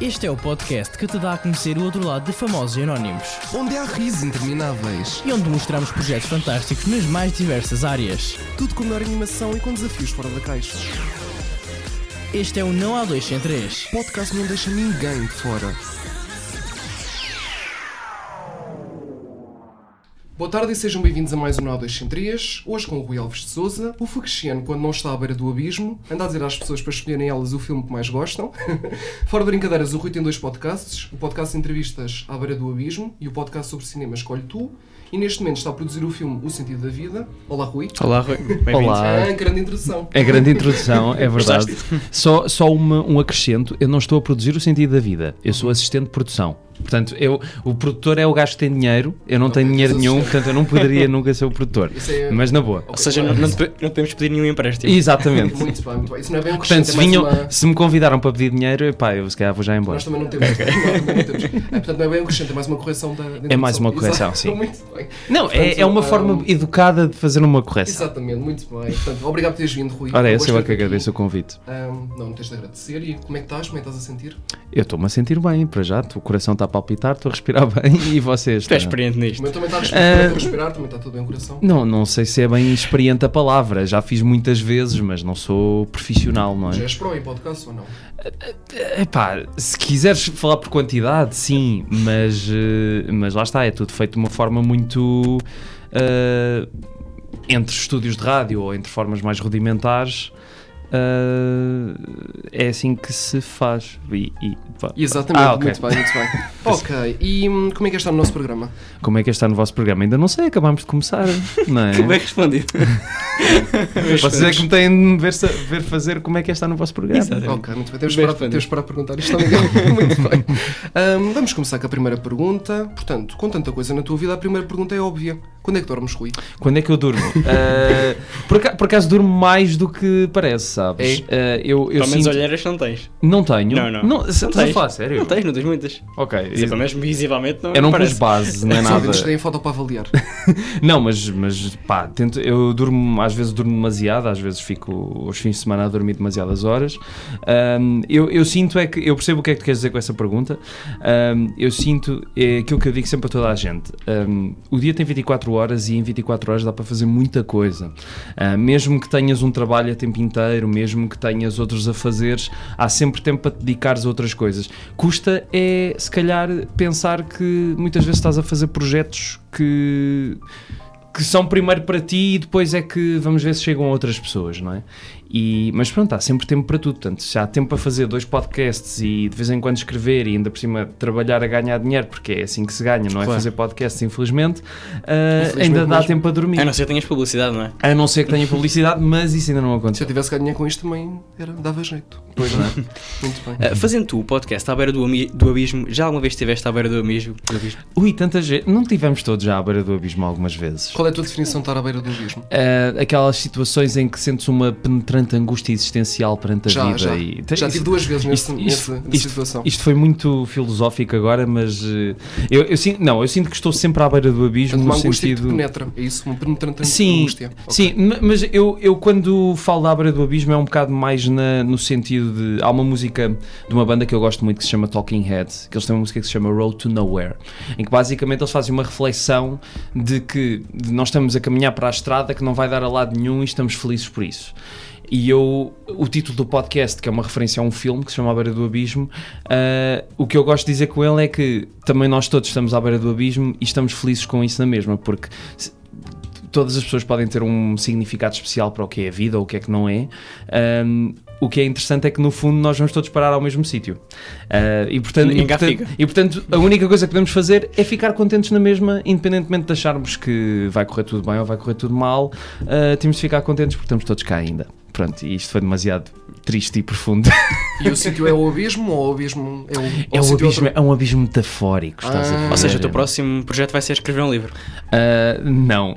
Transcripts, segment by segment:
Este é o podcast que te dá a conhecer o outro lado de famosos e anónimos Onde há risos intermináveis. e onde mostramos projetos fantásticos nas mais diversas áreas. Tudo com melhor animação e com desafios fora da caixa. Este é o Não Há 2 sem 3. Podcast não deixa ninguém de fora. Boa tarde e sejam bem-vindos a mais um Now 203. Hoje com o Rui Alves de Souza. O Fuxiano, quando não está à beira do abismo, anda a dizer às pessoas para escolherem elas o filme que mais gostam. Fora de brincadeiras, o Rui tem dois podcasts: o podcast de entrevistas à beira do abismo e o podcast sobre cinema Escolhe Tu. E neste momento está a produzir o filme O Sentido da Vida. Olá, Rui. Olá, Rui. Bem-vindo. Ah, Olá. grande introdução. É grande introdução, é verdade. Só, só uma- um acrescento: eu não estou a produzir o sentido da vida, eu sou assistente de produção. Portanto, eu, o produtor é o gajo que tem dinheiro, eu não tenho dinheiro nenhum, portanto, eu não poderia nunca ser o produtor. Isso é- Mas na boa. Ou seja, não, não te- não podemos pedir nenhum empréstimo. Exatamente. Muito bem, muito bem. Isso não é bem um Portanto, crescente, se, é mais vinham, uma- se me convidaram para pedir dinheiro, epá, eu se calhar vou já embora. Nós também não temos. Nós também não temos. É, portanto, não é bem um crescente, é mais uma correção da. da introdução. mais uma correção, Exato, sim. Muito bem. Não, é, é uma Portanto, forma hum, educada de fazer uma correção. Exatamente, muito bem. Portanto, obrigado por teres vindo, Rui. Ora, Foi um eu sou gosto eu é que ter-te aqui. agradeço o convite. Hum, não, não tens de agradecer. E como é que estás? Como é que estás a sentir? Eu estou-me a sentir bem, para já, o coração está a palpitar, estou a respirar bem e vocês. Tu és tá? experiente O nisto. meu também está a respirar, Ah. estou a respirar, também está tudo bem o coração. Não, não sei se é bem experiente a palavra. Já fiz muitas vezes, mas não sou profissional, não Já é? és pró em podcast ou não? Epá, se quiseres falar por quantidade, sim, mas, eh, mas lá está, é tudo feito de uma forma muito. eh, entre estúdios de rádio ou entre formas mais rudimentares. eh, é assim que se faz. E, e- pá. Exatamente, Ah, ok. muito bem, muito bem. ok, e hum, como é que está no nosso programa? Como é que está no vosso programa? Ainda não sei, acabámos de começar, não é? Muito bem respondido. Vocês é que me têm de ver, sa- ver fazer como é que está no vosso programa. Exatamente. Ok, muito bem. Temos Bem para, respondido. temos para perguntar isto também. é muito bem. Ahm, vamos começar com a primeira pergunta. Portanto, com tanta coisa na tua vida, a primeira pergunta é óbvia. Quando é que dormes, Rui? Quando é que eu durmo? Ah, por, aca- por acaso durmo mais do que parece, sabes? Ei. Ah, eu eu É? Pelo menos sinto- olheiras não tens. Não tenho. Não, não. se- Não estás a tens. falar sério? Não tens, não tens muitas. Ok. Quer dizer, Pelo menos visivelmente não Eu não pus parece. base, não Só é nada. ouvintes têm foto para avaliar. Não, mas, mas pá, tento, eu durmo, às vezes durmo demasiado, às vezes fico os fins de semana a dormir demasiadas horas. Ahm, eu, eu sinto é que, eu percebo o que é que tu queres dizer com essa pergunta. Ahm, eu sinto é aquilo que eu digo sempre a toda a gente: Ahm, o dia tem 24 horas e em 24 horas dá para fazer muita coisa. Ah, mesmo que tenhas um trabalho a tempo inteiro, mesmo que tenhas outros a fazeres, há sempre tempo para te dedicares a outras coisas. Custa é, se calhar, pensar que muitas vezes estás a fazer projetos que que são primeiro para ti e depois é que vamos ver se chegam a outras pessoas, não é? E, mas pronto, há sempre tempo para tudo. Portanto, se há tempo para fazer dois podcasts e de vez em quando escrever e ainda por cima trabalhar a ganhar dinheiro, porque é assim que se ganha, não é Claro. fazer podcasts, infelizmente, ah, Infelizmente ainda dá mesmo. tempo para dormir. A não ser que tenhas publicidade, não é? A não ser que tenha publicidade, mas isso ainda não Se eu aconteceu. tivesse ganho dinheiro com isto, também era, dava jeito. Pois não. é? Muito bem. Uhum. Ah, fazendo tu o podcast à beira do, ami- do abismo, já alguma vez estiveste à beira do abismo? Do abismo? Ui, tanta gente. Não tivemos todos já à beira do abismo algumas vezes. Qual é a tua definição de estar à beira do abismo? Ah, aquelas situações em que sentes uma penetrante angústia existencial perante a Já, vida. já. e- Já tive duas vezes nesse, Isto, isto- nessa isto- situação. isto foi muito filosófico agora, mas eh, eu, eu sinto, não, eu sinto que estou sempre à beira do abismo Portanto, uma no angústia que te sentido. penetra. É isso, uma penetrante Sim, angústia. Ok. sim, ma- mas eu, eu quando falo da beira do abismo é um bocado mais na- no sentido de. Há uma música de uma banda que eu gosto muito que se chama Talking Heads, que eles têm uma música que se chama Road to Nowhere, em que basicamente eles fazem uma reflexão de que nós estamos a caminhar para a estrada que não vai dar a lado nenhum e estamos felizes por isso. E eu, o título do podcast, que é uma referência a um filme que se chama A Beira do Abismo, ah, o que eu gosto de dizer com ele é que também nós todos estamos à beira do abismo e estamos felizes com isso na mesma, porque se- todas as pessoas podem ter um significado especial para o que é a vida ou o que é que não é. Ahm, o que é interessante é que no fundo nós vamos todos parar ao mesmo sítio. Ah, e, portanto, Ninguém e, cá portanto, fica. e portanto, a única coisa que podemos fazer é ficar contentes na mesma, independentemente de acharmos que vai correr tudo bem ou vai correr tudo mal, ah, temos de ficar contentes porque estamos todos cá ainda. Pronto, e isto foi demasiado triste e profundo. E o sítio é o abismo ou o abismo é o, É, ou o um sítio abismo, outro? é um abismo metafórico, estás a Ah. ver? Ou seja, o teu próximo projeto vai ser escrever um livro. Ah, não.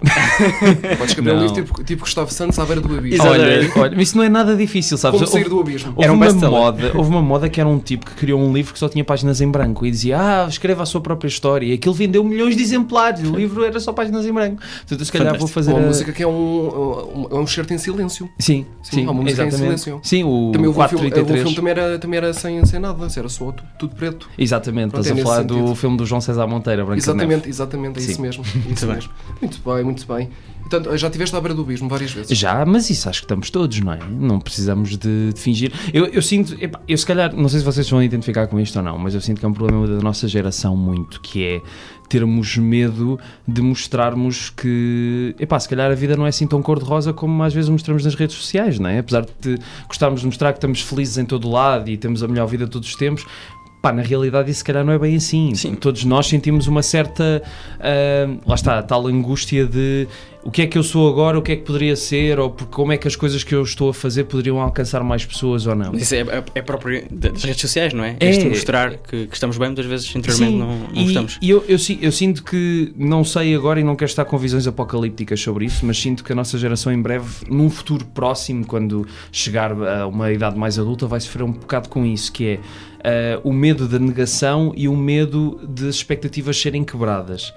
Podes escrever um Não. livro tipo, tipo Gustavo Santos à beira do abismo. Exato. olha, olha, isso não é nada difícil, sabes? Como sair Houve- do abismo. Houve, Era um uma best-seller. moda, houve uma moda que era um tipo que criou um livro que só tinha páginas em branco e dizia, ah, escreva a sua própria história. E aquilo vendeu milhões de exemplares. O livro era só páginas em branco. Portanto, eu se calhar vou Fantástico. fazer. Ou a a- música que é um, um, um, é um certo em silêncio. Sim, Sim, sim, há uma música em exatamente. silêncio. Sim, o Também houve um filme, houve um 433. filme também era, também era sem, sem nada, era só tu- tudo preto. Exatamente, Pronto, é estás a nesse falar sentido. do filme do João César Monteiro, Branca de Neve. Exatamente, exatamente, é isso Sim. mesmo. é Isso bem. mesmo. Muito bem, muito bem. Portanto, já estiveste à beira do abismo várias vezes. Já, mas isso acho que estamos todos, não é? Não precisamos de, de fingir. Eu, eu sinto, epá, eu se calhar, não sei se vocês vão identificar com isto ou não, mas eu sinto que é um problema da nossa geração muito, que é termos medo de mostrarmos que, epá, se calhar a vida não é assim tão cor-de-rosa como às vezes mostramos nas redes sociais, não é? Apesar de gostarmos de mostrar que estamos felizes em todo lado e temos a melhor vida de todos os tempos, Pá, na realidade isso se calhar não é bem assim. Sim. Todos nós sentimos uma certa, ah, lá está, a tal angústia de o que é que eu sou agora, o que é que poderia ser, ou por- como é que as coisas que eu estou a fazer poderiam alcançar mais pessoas ou não. Mas Isso é, é, é próprio da- das redes sociais, não é? É. Este mostrar que, que estamos bem, muitas vezes interiormente não, não e, estamos. e eu, eu, si- eu sinto que não sei agora e não quero estar com visões apocalípticas sobre isso, mas sinto que a nossa geração em breve, num futuro próximo, quando chegar a uma idade mais adulta, vai sofrer um bocado com isso, que é ah, o medo da negação e o medo de as expectativas serem quebradas.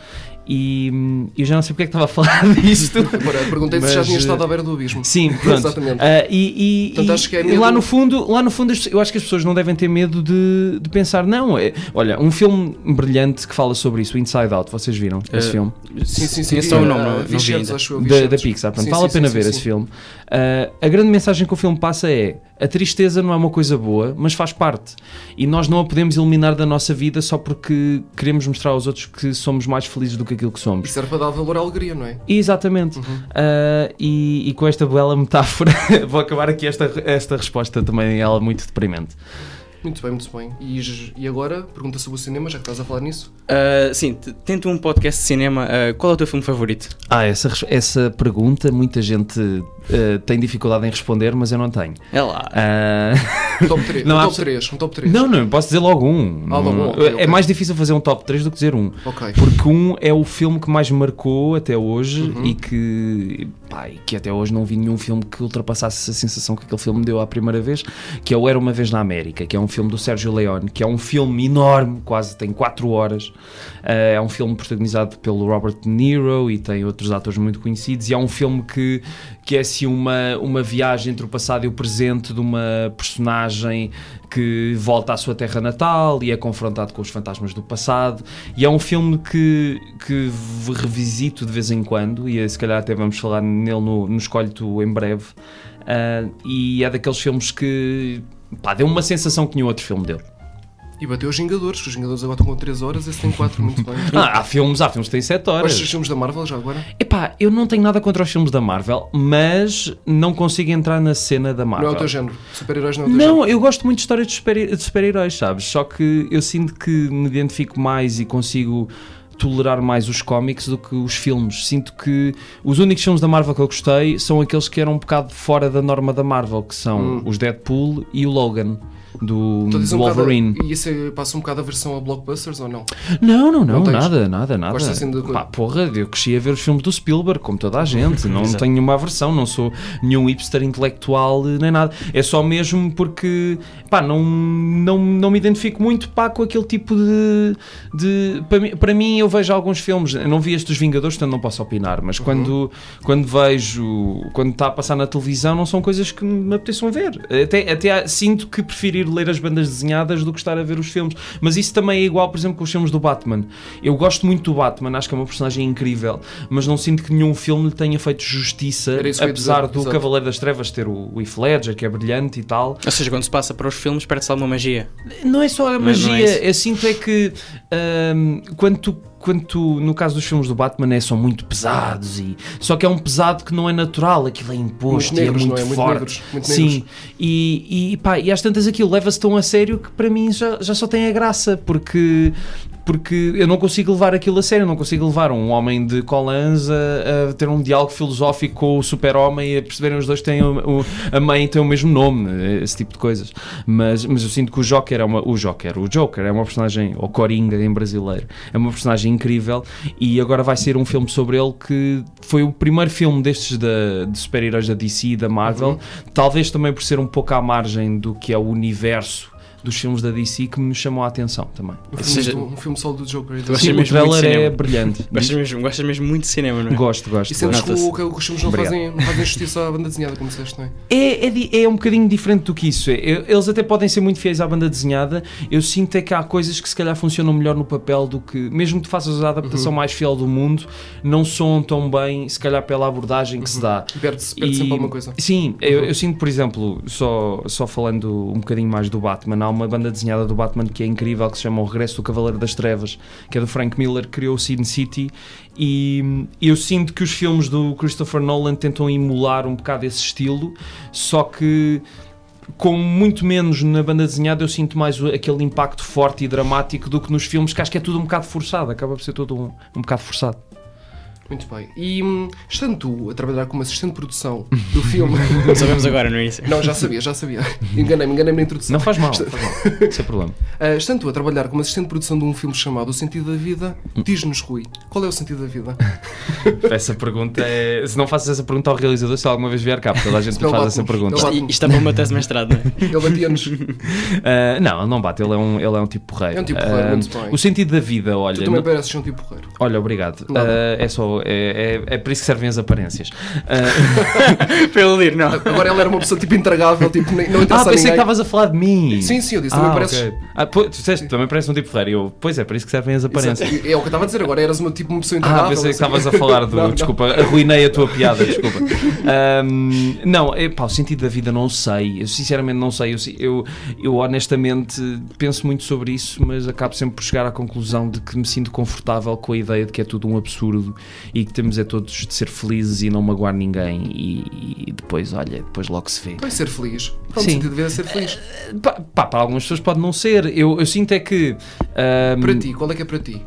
E hum, eu já não sei porque é que estava a falar disto. Agora, perguntei se já Mas, tinhas estado eh, à beira do abismo. Sim, pronto. Exatamente. Ah, e e- Portanto, e- acho que é e medo- lá no fundo, lá no fundo as- eu acho que as pessoas não devem ter medo de, de pensar, não. é- olha, um filme brilhante que fala sobre isso, o Inside Out, vocês viram esse Eh, filme? Sim, sim, sim. Tinha vi, é só é o nome, Ah, eh, não, não vi Vicentes, ainda. acho eu, Da, Vicentes. da Pixar, portanto, Sim, vale sim, a pena sim, ver sim, esse sim. filme. Ah, a grande mensagem que o filme passa é a tristeza não é uma coisa boa, mas faz parte. E nós não a podemos eliminar da nossa vida só porque queremos mostrar aos outros que somos mais felizes do que aquilo que somos. Isso serve para dar valor à alegria, não é? Exatamente. Ah, e, e com esta bela metáfora, vou acabar aqui esta, esta resposta também, ela é muito deprimente. Muito bem, muito bem. E, j- e agora, pergunta sobre o cinema, já que estás a falar nisso. Ah, sim, t- tento um podcast de cinema. ah, qual é o teu filme favorito? Ah, essa, res- essa pergunta muita gente ah, tem dificuldade em responder, mas eu não tenho. É lá. Ah, Um top 3, Não, um há top pessoa- 3, um top 3. não, não, posso dizer logo um. Ah, logo um, Não- ok, é ok. mais difícil fazer um top 3 do que dizer um. Ok. Porque um é o filme que mais marcou até hoje Uhum. e que, pá, e que até hoje não vi nenhum filme que ultrapassasse a sensação que aquele filme deu à primeira vez, que é o Era Uma Vez na América, que é um filme do Sérgio Leone, que é um filme enorme, quase tem 4 horas. Ah, é um filme protagonizado pelo Robert De Niro e tem outros atores muito conhecidos. E é um filme que, que é assim uma, uma viagem entre o passado e o presente de uma personagem que volta à sua terra natal e é confrontado com os fantasmas do passado. E é um filme que, que v- revisito de vez em quando, e eh, se calhar até vamos falar nele no, no Escolho-tu em breve. Ah, e é daqueles filmes que pá, deu uma sensação que nenhum outro filme deu. E bateu os Vingadores, que os Vingadores agora estão com 3 horas, esse tem 4, muito bem. Ah, há filmes, há filmes que têm 7 horas. Mas os filmes da Marvel já agora? Epá, eu não tenho nada contra os filmes da Marvel, mas não consigo entrar na cena da Não Marvel. é o teu género. Super-heróis não é o teu género. Não, eu gosto muito de histórias de super- de super-heróis, sabes? Só que eu sinto que me identifico mais e consigo tolerar mais os cómics do que os filmes. Sinto que os únicos filmes da Marvel que eu gostei são aqueles que eram um bocado fora da norma da Marvel, que são os Deadpool e o Logan do, Estou a dizer Hum. do um bocado- Wolverine. e isso é- passa um bocado a versão a blockbusters ou não? Não, não, não, Não tens? nada, nada, nada. Gostas assim de coisa? Pá, porra, eu cresci a ver os filmes do Spielberg, como toda a gente. não tenho nenhuma aversão, não sou nenhum hipster intelectual eh, nem nada. É só mesmo porque, pá, não, não, não me identifico muito, pá, com aquele tipo de. de para, mim, para mim, eu vejo alguns filmes, eu não vi estes dos Vingadores, portanto não posso opinar, mas quando, quando vejo, quando está a passar na televisão, não são coisas que me apeteçam ver. Até, até há- sinto que preferir ler as bandas desenhadas do que estar a ver os filmes. Mas isso também é igual, por exemplo, com os filmes do Batman. Eu gosto muito do Batman, acho que é uma personagem incrível, mas não sinto que nenhum filme lhe tenha feito justiça, Era isso que eu ia apesar dizer, do exato. Cavaleiro das Trevas ter o o Heath Ledger, que é brilhante e tal. Ou seja, quando se passa para os filmes, perde-se alguma magia. Não é só a Mas não é magia, eu sinto é que ahm, quando, tu, quando tu- no caso dos filmes do Batman, é, são muito pesados e só que é um pesado que não é natural, aquilo é Muito imposto e negros, é muito não é? Muito forte. negros, muito Sim, negros. e, e, pá, e às tantas aquilo leva-se tão a sério que para mim já, já só tem a graça, porque. Porque eu não consigo levar aquilo a sério, eu não consigo levar um homem de Collins a, a ter um diálogo filosófico com o super-homem e a perceberem os dois que têm o- o- a mãe tem o mesmo nome, esse tipo de coisas. Mas, mas eu sinto que o Joker é uma. O Joker, o Joker é uma personagem, ou Coringa em brasileiro, é uma personagem incrível e agora vai ser um filme sobre ele que foi o primeiro filme destes da, de Uhum. super-heróis da DC e da Marvel, talvez também por ser um pouco à margem do que é o universo dos filmes da DC que me chamou a atenção também. Um Ou filme, seja- do- um filme solo do Joker. e do- Tu achas Sim, o mesmo muito trailer é cinema? brilhante. Gostas mesmo, gostas mesmo muito de cinema, não é? Gosto, gosto. E sentes que, o, Nota-se. que os filmes não Obrigado. fazem, não fazem justiça à banda desenhada, como disseste, não é? É, é di- é um bocadinho diferente do que isso. É- Eles até podem ser muito fiéis à banda desenhada. Eu sinto é que há coisas que se calhar funcionam melhor no papel do que, mesmo que tu faças a adaptação mais fiel do mundo, não soam tão bem, se calhar pela abordagem que se dá. Perde-se perde E- sempre alguma coisa. Uhum. Sim, eu, eu sinto, por exemplo, só, só falando um bocadinho mais do Batman, há uma banda desenhada do Batman que é incrível, que se chama O Regresso do Cavaleiro das Trevas, que é do Frank Miller, que criou o Sin City, e eu sinto que os filmes do Christopher Nolan tentam emular um bocado esse estilo, só que com muito menos na banda desenhada eu sinto mais o- aquele impacto forte e dramático do que nos filmes, que acho que é tudo um bocado forçado, acaba por ser tudo um, um bocado forçado. Muito bem. E hum, estando tu a trabalhar como assistente de produção do filme. Não sabemos agora, não é isso? não, já sabia, já sabia. Enganei-me, enganei-me na introdução. Não faz mal, faz mal. sem problema. Ah, estando tu a trabalhar como assistente de produção de um filme chamado O Sentido da Vida, Hum. diz-nos, Rui, qual é o sentido da vida? Essa pergunta é. Se não faças essa pergunta ao realizador, se ele alguma vez vier cá, porque toda a gente Senão faz bate-nos. essa pergunta. Ele Isto, isto está para uma tese de mestrado, não é? Ele batia-nos. Ah, não, ele não bate, ele é um, ele é um tipo porreiro. É um tipo porreiro, Ah, muito bem. O sentido da vida, Tu olha. também não- pareces um tipo porreiro. Olha, obrigado. Nada. Ah, é só. É, é, é por isso que servem as aparências. Ah, Para ele ir, não. Agora ele era uma pessoa tipo intragável, tipo, nem- não ah, interessa a pensei que ninguém. estavas a falar de mim. Sim, sim, eu disse, também Ah, pareces- ok. Ah, pô, tu disseste, também parece um tipo porreiro. E Eu, pois é, por isso que servem as aparências. Exato. É o que eu estava a dizer agora, eras uma, tipo uma pessoa intragável. Ah, pensei que assim. estavas a falar do. Não, não. desculpa, arruinei a tua piada, desculpa. Ahm, não, é, pá, o sentido da vida não sei. Eu sinceramente não sei. Eu, si- eu, eu honestamente penso muito sobre isso, mas acabo sempre por chegar à conclusão de que me sinto confortável com a ideia de que é tudo um absurdo e que temos é todos de ser felizes e não magoar ninguém. E, e depois, olha, depois logo se vê. Vai Então, ser feliz. Pronto, Sim. o sentido da vida é ser feliz. Pá, pá, para algumas pessoas pode não ser. Eu, eu sinto é que. ahm, Para ti, qual é que é para ti?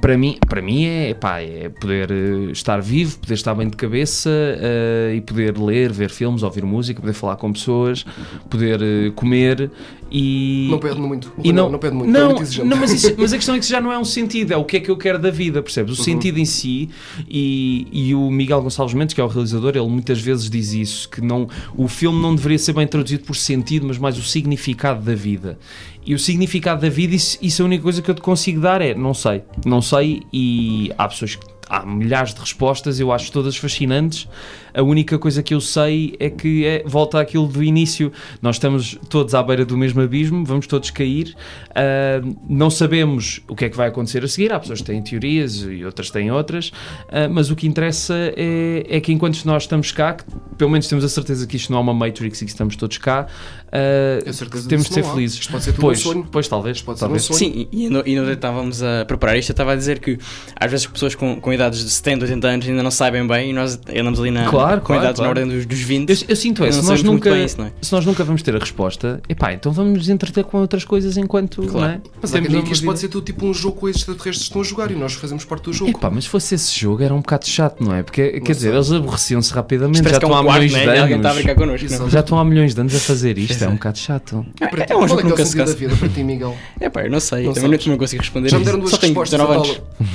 para mim, para mim é, pá, é poder eh, estar vivo, poder estar bem de cabeça eh, e poder ler, ver filmes, ouvir música, poder falar com pessoas, poder eh, comer e. Não pede muito. E não, não pede muito. é Não, muito exigente. não, mas, isso- mas a questão é que isso já não é um sentido, é o que é que eu quero da vida, percebes? O Uhum. sentido em si, e, e o Miguel Gonçalves Mendes, que é o realizador, ele muitas vezes diz isso, que não, o filme não deveria ser bem traduzido por sentido, mas mais o significado da vida. E o significado da vida, isso, isso é a única coisa que eu te consigo dar é, não sei, não sei, e há pessoas que há milhares de respostas, eu acho todas fascinantes. A única coisa que eu sei é que é, volta àquilo do início. Nós estamos todos à beira do mesmo abismo, vamos todos cair. ah, não sabemos o que é que vai acontecer a seguir. Há pessoas que têm teorias e outras têm outras, ah, mas o que interessa é, é que enquanto nós estamos cá, que pelo menos temos a certeza que isto não é uma Matrix e que estamos todos cá, ah, Tenho certeza temos disso de ser não há. felizes. Isto pode ser tudo um pois, sonho. pois talvez. Isto pode ser um talvez. sonho. Sim, e e no- e no dia estávamos a preparar isto, eu estava a dizer que às vezes pessoas com, com idades de 70, 80 anos ainda não sabem bem e nós andamos ali na, Claro, com claro, idades claro. na ordem dos, dos 20. Eu, eu sinto é, Não se nós, sabemos muito nunca, bem isso, não é? se nós nunca vamos ter a resposta, epá, então vamos nos entreter com outras coisas enquanto. Claro. Não é? Mas há Temos quem diga uma que isto vida. pode ser tudo tipo um jogo com extraterrestres que estão a jogar e nós fazemos parte do jogo. Epá, mas se fosse esse jogo era um bocado chato, não é? Porque, quer dizer, eles aborreciam-se rapidamente, Isto parece já que é estão há um quarto, milhões né? de Alguém está a anos. brincar connosco. não é? Já estão há milhões de anos a fazer isto, é um bocado chato. E para ti, É um qual jogo é que que é o nunca se sentido da cansa. vida para ti, Miguel? É pá, eu não sei, Não também sabes. não, não consigo responder. Já me deram isso. duas Só tenho respostas. 19 Natália.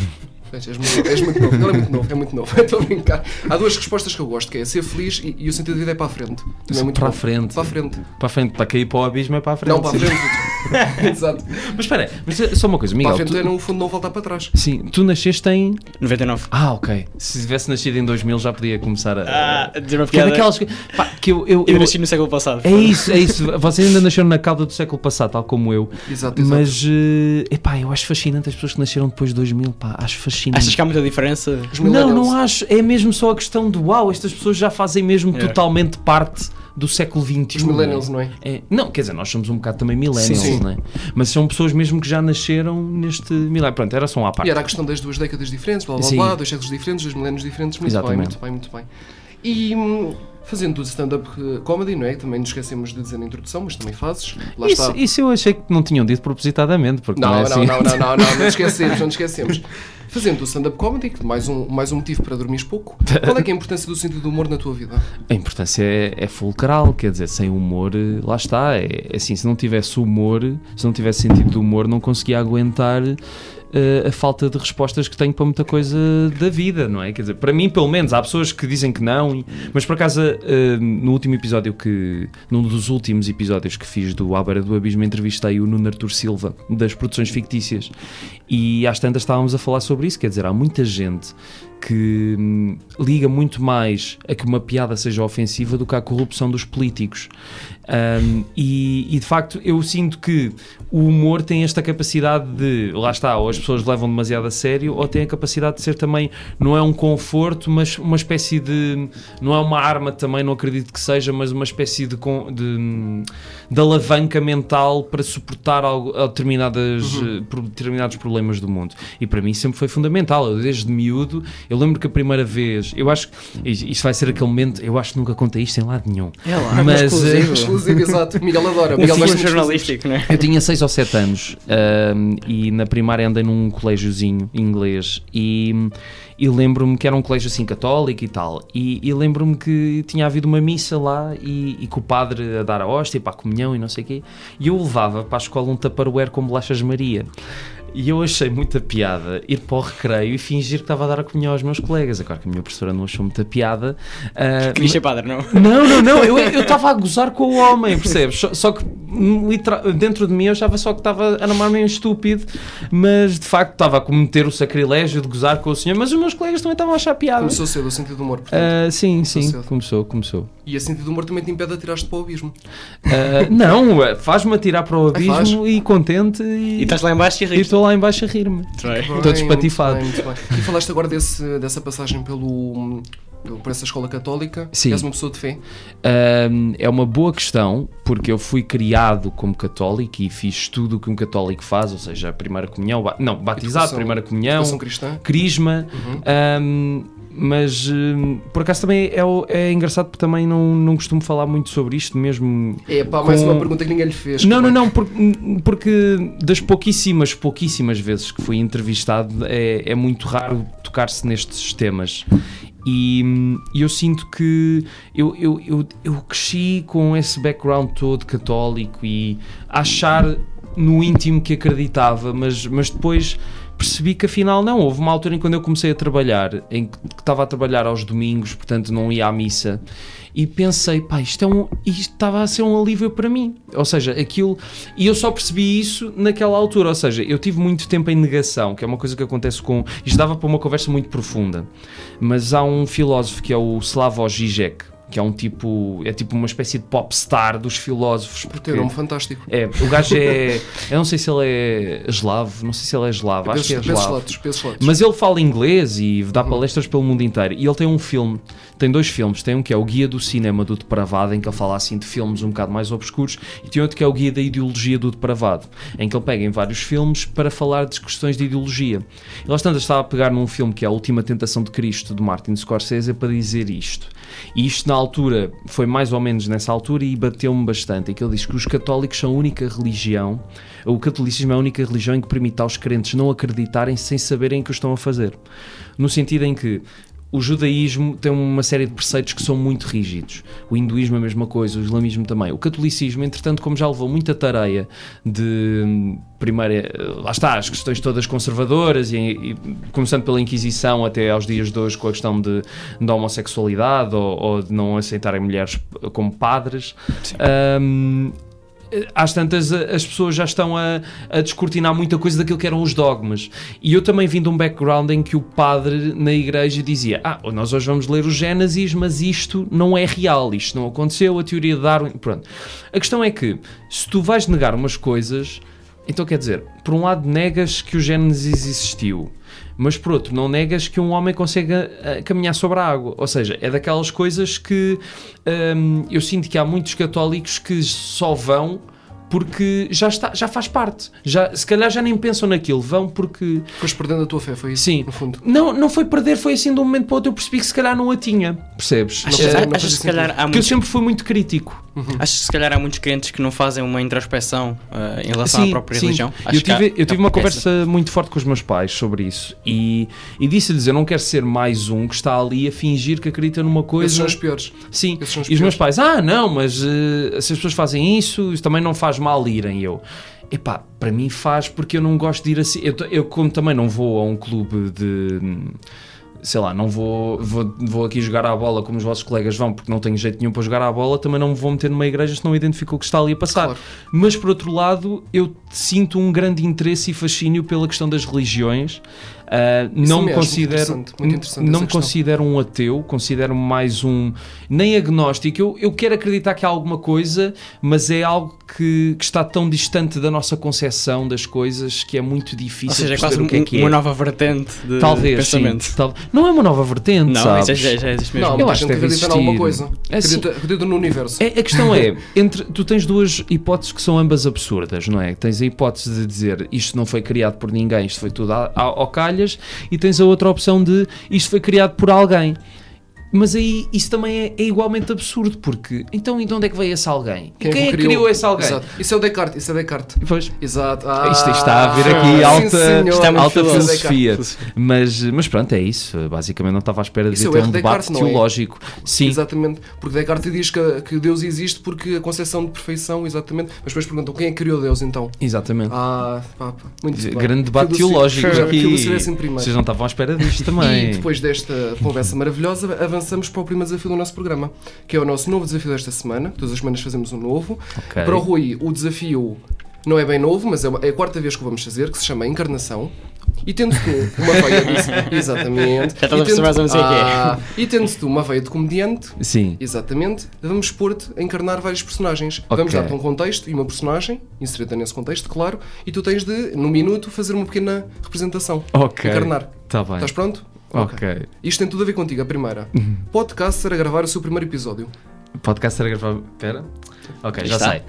És és muito, és muito novo, ele é muito novo, é muito novo. Estou a brincar. Há duas respostas que eu gosto, que é ser feliz e, e o sentido da vida é para a frente. Também é muito para a bom. frente. Para a frente. Para a frente, para cair para o abismo é para a frente. Não, para a sim. frente. Exato. Mas espera, aí, mas é só uma coisa, Para a Miguel. frente é Tu, no fundo não voltar para trás. sim, tu nasceste em. 99. Ah, ok. Se tivesse nascido em 2000 já podia começar a. Ah, dizer uma Porque é piada. daquelas. co- Pá, que eu. eu, Eu eu- nasci no século passado. É isso, é isso. Vocês ainda nasceram na cauda do século passado, tal como eu. Exato, exato. Mas, eh, epá, eu acho fascinante as pessoas que nasceram depois de 2000, pá, acho fascinante. Achas que há muita diferença? Os Não, millennials. não acho. É mesmo só a questão do uau, estas pessoas já fazem mesmo Yeah. totalmente parte do século XXI. É. Os millennials, não é? É, não, quer dizer, nós somos um bocado também millennials, Sim, sim. não é? Mas são pessoas mesmo que já nasceram neste milénio. Pronto, era só um à parte. E é, era a questão das duas décadas diferentes, blá blá Sim. blá, dois séculos diferentes, dois milénios diferentes, muito Exatamente. bem, muito bem, muito bem. E hum, fazendo tudo stand-up eh, comedy, não é? Também nos esquecemos de dizer na introdução, mas também fazes. Lá Isso, está. isso eu achei que não tinham dito propositadamente, porque não, Não, é não, assim. não, não, não, não, não, nos esquecemos, não nos esquecemos. Fazendo o stand-up comedy, que mais um, mais um motivo para dormires pouco, qual é que é a importância do sentido do humor na tua vida? A importância é, é fulcral, quer dizer, sem humor, eh, lá está. É, é assim, se não tivesse humor, se não tivesse sentido de humor, não conseguia aguentar eh, a falta de respostas que tenho para muita coisa da vida, não é? Quer dizer, para mim, pelo menos, há pessoas que dizem que não, e- mas por acaso, eh, no último episódio que. num dos últimos episódios que fiz do À Beira do Abismo, entrevistei o Nuno Artur Silva, das produções fictícias, e às tantas estávamos a falar sobre isso, quer dizer, há muita gente que hum, liga muito mais a que uma piada seja ofensiva do que à corrupção dos políticos. Hum, e, e, de facto eu sinto que o humor tem esta capacidade de, lá está, ou as pessoas levam demasiado a sério, ou tem a capacidade de ser também, não é um conforto, mas uma espécie de, não é uma arma também, não acredito que seja, mas uma espécie de, con- de, hum, de alavanca mental para suportar algo- a determinadas, eh, pro- determinados problemas do mundo. E para mim sempre foi fundamental. Eu, desde miúdo, eu lembro que a primeira vez, eu acho que isto vai ser aquele momento, eu acho que nunca contei isto em lado nenhum. É lá, Mas, eh, exclusivo. Exclusivo, exato. Miguel adora. Um Miguel fim gosta de jornalístico, não é? Eu tinha 6 ou 7 anos ahm, e na primária andei num colégiozinho inglês e, e lembro-me que era um colégio assim católico e tal. E, e lembro-me que tinha havido uma missa lá e, e que o padre a dar a hóstia para a comunhão e não sei o quê. E eu levava para a escola um tupperware com bolachas Maria. E eu achei muita piada ir para o recreio e fingir que estava a dar a comunhão aos meus colegas. Agora que a minha professora não achou muita piada. ah, Quis ser padre, não? não, não, não, eu eu estava a gozar com o homem, percebes? Só, só que literal- dentro de mim eu achava só que estava a namar-me um estúpido, mas de facto estava a cometer o sacrilégio de gozar com o senhor, mas os meus colegas também estavam a achar piada. Começou cedo o sentido do humor, portanto. Ah, sim, sim, cedo. começou, começou. E a sentido do humor também te impede de tirar-te para o abismo. Ah, não, ah, faz-me atirar para o abismo faz. e contente e E estás lá em baixo e e rires. estou lá em baixo a rir-me. Bem, Todos patifados. muito bem, muito bem. E falaste agora desse, dessa passagem pelo, por essa escola católica. Sim. És uma pessoa de fé. Ahm, é uma boa questão, porque eu fui criado como católico e fiz tudo o que um católico faz, ou seja, a primeira comunhão, ba- não, batizado, Educação- primeira comunhão, Educação um cristã. crisma, ahm, mas hum, por acaso também é, o- é engraçado porque também não, não costumo falar muito sobre isto mesmo. É pá, mais Com- uma pergunta que ninguém lhe fez. Não, Como não, é? não, porque, porque das pouquíssimas, pouquíssimas vezes que fui entrevistado é, é muito raro tocar-se nestes temas. E hum, eu sinto que eu, eu, eu, eu cresci com esse background todo católico e achar no íntimo que acreditava, mas, mas depois percebi que afinal não. Houve uma altura em quando eu comecei a trabalhar, em que que estava a trabalhar aos domingos, portanto não ia à missa, e pensei, pá, isto, é um, isto estava a ser um alívio para mim. Ou seja, aquilo. E eu só percebi isso naquela altura. Ou seja, eu tive muito tempo em negação, que é uma coisa que acontece com. Isto dava para uma conversa muito profunda, mas há um filósofo que é o Slavoj Žižek. Que é um tipo, é tipo uma espécie de popstar dos filósofos. Teu nome um fantástico. É, o gajo é. Eu não sei se ele é eslavo, não sei se Uhum. ele é eslavo, acho que é Pesos pesos eslavo. latos, pesos latos. Mas ele fala inglês e dá palestras pelo mundo inteiro. E ele tem um filme, tem dois filmes. Tem um que é o Guia do Cinema do Depravado, em que ele fala assim de filmes um bocado mais obscuros, e tem outro que é o Guia da Ideologia do Depravado, em que ele pega em vários filmes para falar de questões de ideologia. Ele às tantas estava a pegar num filme que é A Última Tentação de Cristo, do Martin Scorsese, para dizer isto. E isto na altura, foi mais ou menos nessa altura, e bateu-me bastante. É que ele diz que os católicos são a única religião, o catolicismo é a única religião em que permite aos crentes não acreditarem sem saberem o que o estão a fazer. No sentido em que o judaísmo tem uma série de preceitos que são muito rígidos. O hinduísmo é a mesma coisa, o islamismo também. O catolicismo, entretanto, como já levou muita tareia de hum, primeira, eh, lá está, as questões todas conservadoras, e, e começando pela Inquisição até aos dias de hoje com a questão de, da homossexualidade ou, ou de não aceitarem mulheres como padres. hum, às tantas a- as pessoas já estão a, a descortinar muita coisa daquilo que eram os dogmas. E eu também vim de um background em que o padre na igreja dizia: Ah, nós hoje vamos ler o Gênesis, mas isto não é real, isto não aconteceu, a teoria de Darwin. Pronto. A questão é que se tu vais negar umas coisas, então quer dizer, por um lado negas que o Gênesis existiu, mas por outro não negas que um homem consiga ah, caminhar sobre a água. Ou seja, é daquelas coisas que hum, eu sinto que há muitos católicos que só vão porque já está, já faz parte. Já, se calhar já nem pensam naquilo, vão porque Foste perdendo a tua fé, foi isso? Sim. No fundo. não, não foi perder, foi assim de um momento para o outro eu percebi que se calhar não a tinha, percebes? Achas fazia- Eh, não achas fazia que se calhar há porque eu muitos sempre fui muito crítico Acho que se calhar há muitos crentes que não fazem uma introspeção ah, em relação à própria religião. Acho Eu que há- tive, eu há tive uma pouca conversa muito forte com os meus pais sobre isso e, e disse-lhes: Eu não quero ser mais um que está ali a fingir que acredita numa Esses são coisa. os piores. Sim, esses são os e os meus piores. pais: Ah, não, mas eh, se as pessoas fazem isso, isso também não faz mal irem. E Eu, epá, para mim faz porque eu não gosto de ir assim. Eu, t- eu como também não vou a um clube de. hum, Sei lá, não vou, vou, vou aqui jogar à bola como os vossos colegas vão, porque não tenho jeito nenhum para jogar à bola, também não me vou meter numa igreja se não identifico o que está ali a passar. Claro. Mas por outro lado, eu sinto um grande interesse e fascínio pela questão das religiões. Ah, não me mesmo, considero, interessante, muito interessante não essa me questão. considero um ateu, considero-me mais um nem agnóstico. Eu, eu quero acreditar que há alguma coisa, mas é algo que, que está tão distante da nossa concepção das coisas que é muito difícil Ou seja, é perceber quase o que é um- que é. uma nova vertente de Talvez, sim, pensamento. tal- não é uma nova vertente, Não, sabes? isso já, é já existe mesmo. Não, Eu muita acho gente que deve acredita em alguma existir. coisa. Assim- Acredita, acredita no universo. É, a questão é, entre, tu tens duas hipóteses que são ambas absurdas, não é? Tens a hipótese de dizer isto não foi criado por ninguém, isto foi tudo a- a- ao calhas, e tens a outra opção de isto foi criado por alguém. Mas aí isso também é, é igualmente absurdo, porque então e de onde é que veio esse alguém? E quem é que criou, esse alguém? Exato. Isso é o Descartes, isso é Descartes. Pois. Exato. Ah, Isto está a vir aqui sim, alta- senhor. Isto é muito Alta filósofo. filosofia. Mas, mas pronto, é isso. Basicamente não estava à espera de Isso é o ter erro um de debate Descartes, não é? teológico. Sim, Exatamente, porque Descartes diz que, que Deus existe porque a concepção de perfeição, exatamente. Mas depois perguntam quem é que criou Deus então? exatamente. Ah, pá, pá, muito bem. Grande debate Filosofia- teológico Filosofia- aqui. Filosofia assim primeiro. Vocês não estavam à espera disto E também. depois desta conversa maravilhosa, avançamos para o primeiro desafio do nosso programa, que é o nosso novo desafio desta semana. Todas as semanas fazemos um novo. Ok. Para o Rui, o desafio não é bem novo, mas é, uma- é a quarta vez que o vamos fazer, que se chama Encarnação. E tendo tu uma veia de... Exatamente. Já estás a E perceber mais ou menos o que é que é. Ah, E tendo tu uma veia de comediante, Sim. Exatamente. Vamos pôr-te a encarnar vários personagens. Ok. Vamos dar-te um contexto e uma personagem, inserida nesse contexto, claro, e tu tens de, num minuto, fazer uma pequena representação. Ok. Encarnar. Tá bem. Estás pronto? Ok. Uhum. Isto tem tudo a ver contigo, a primeira. Podcast será gravar o seu primeiro episódio. Podcast era gravado. Pera. Ok, já Está. sei.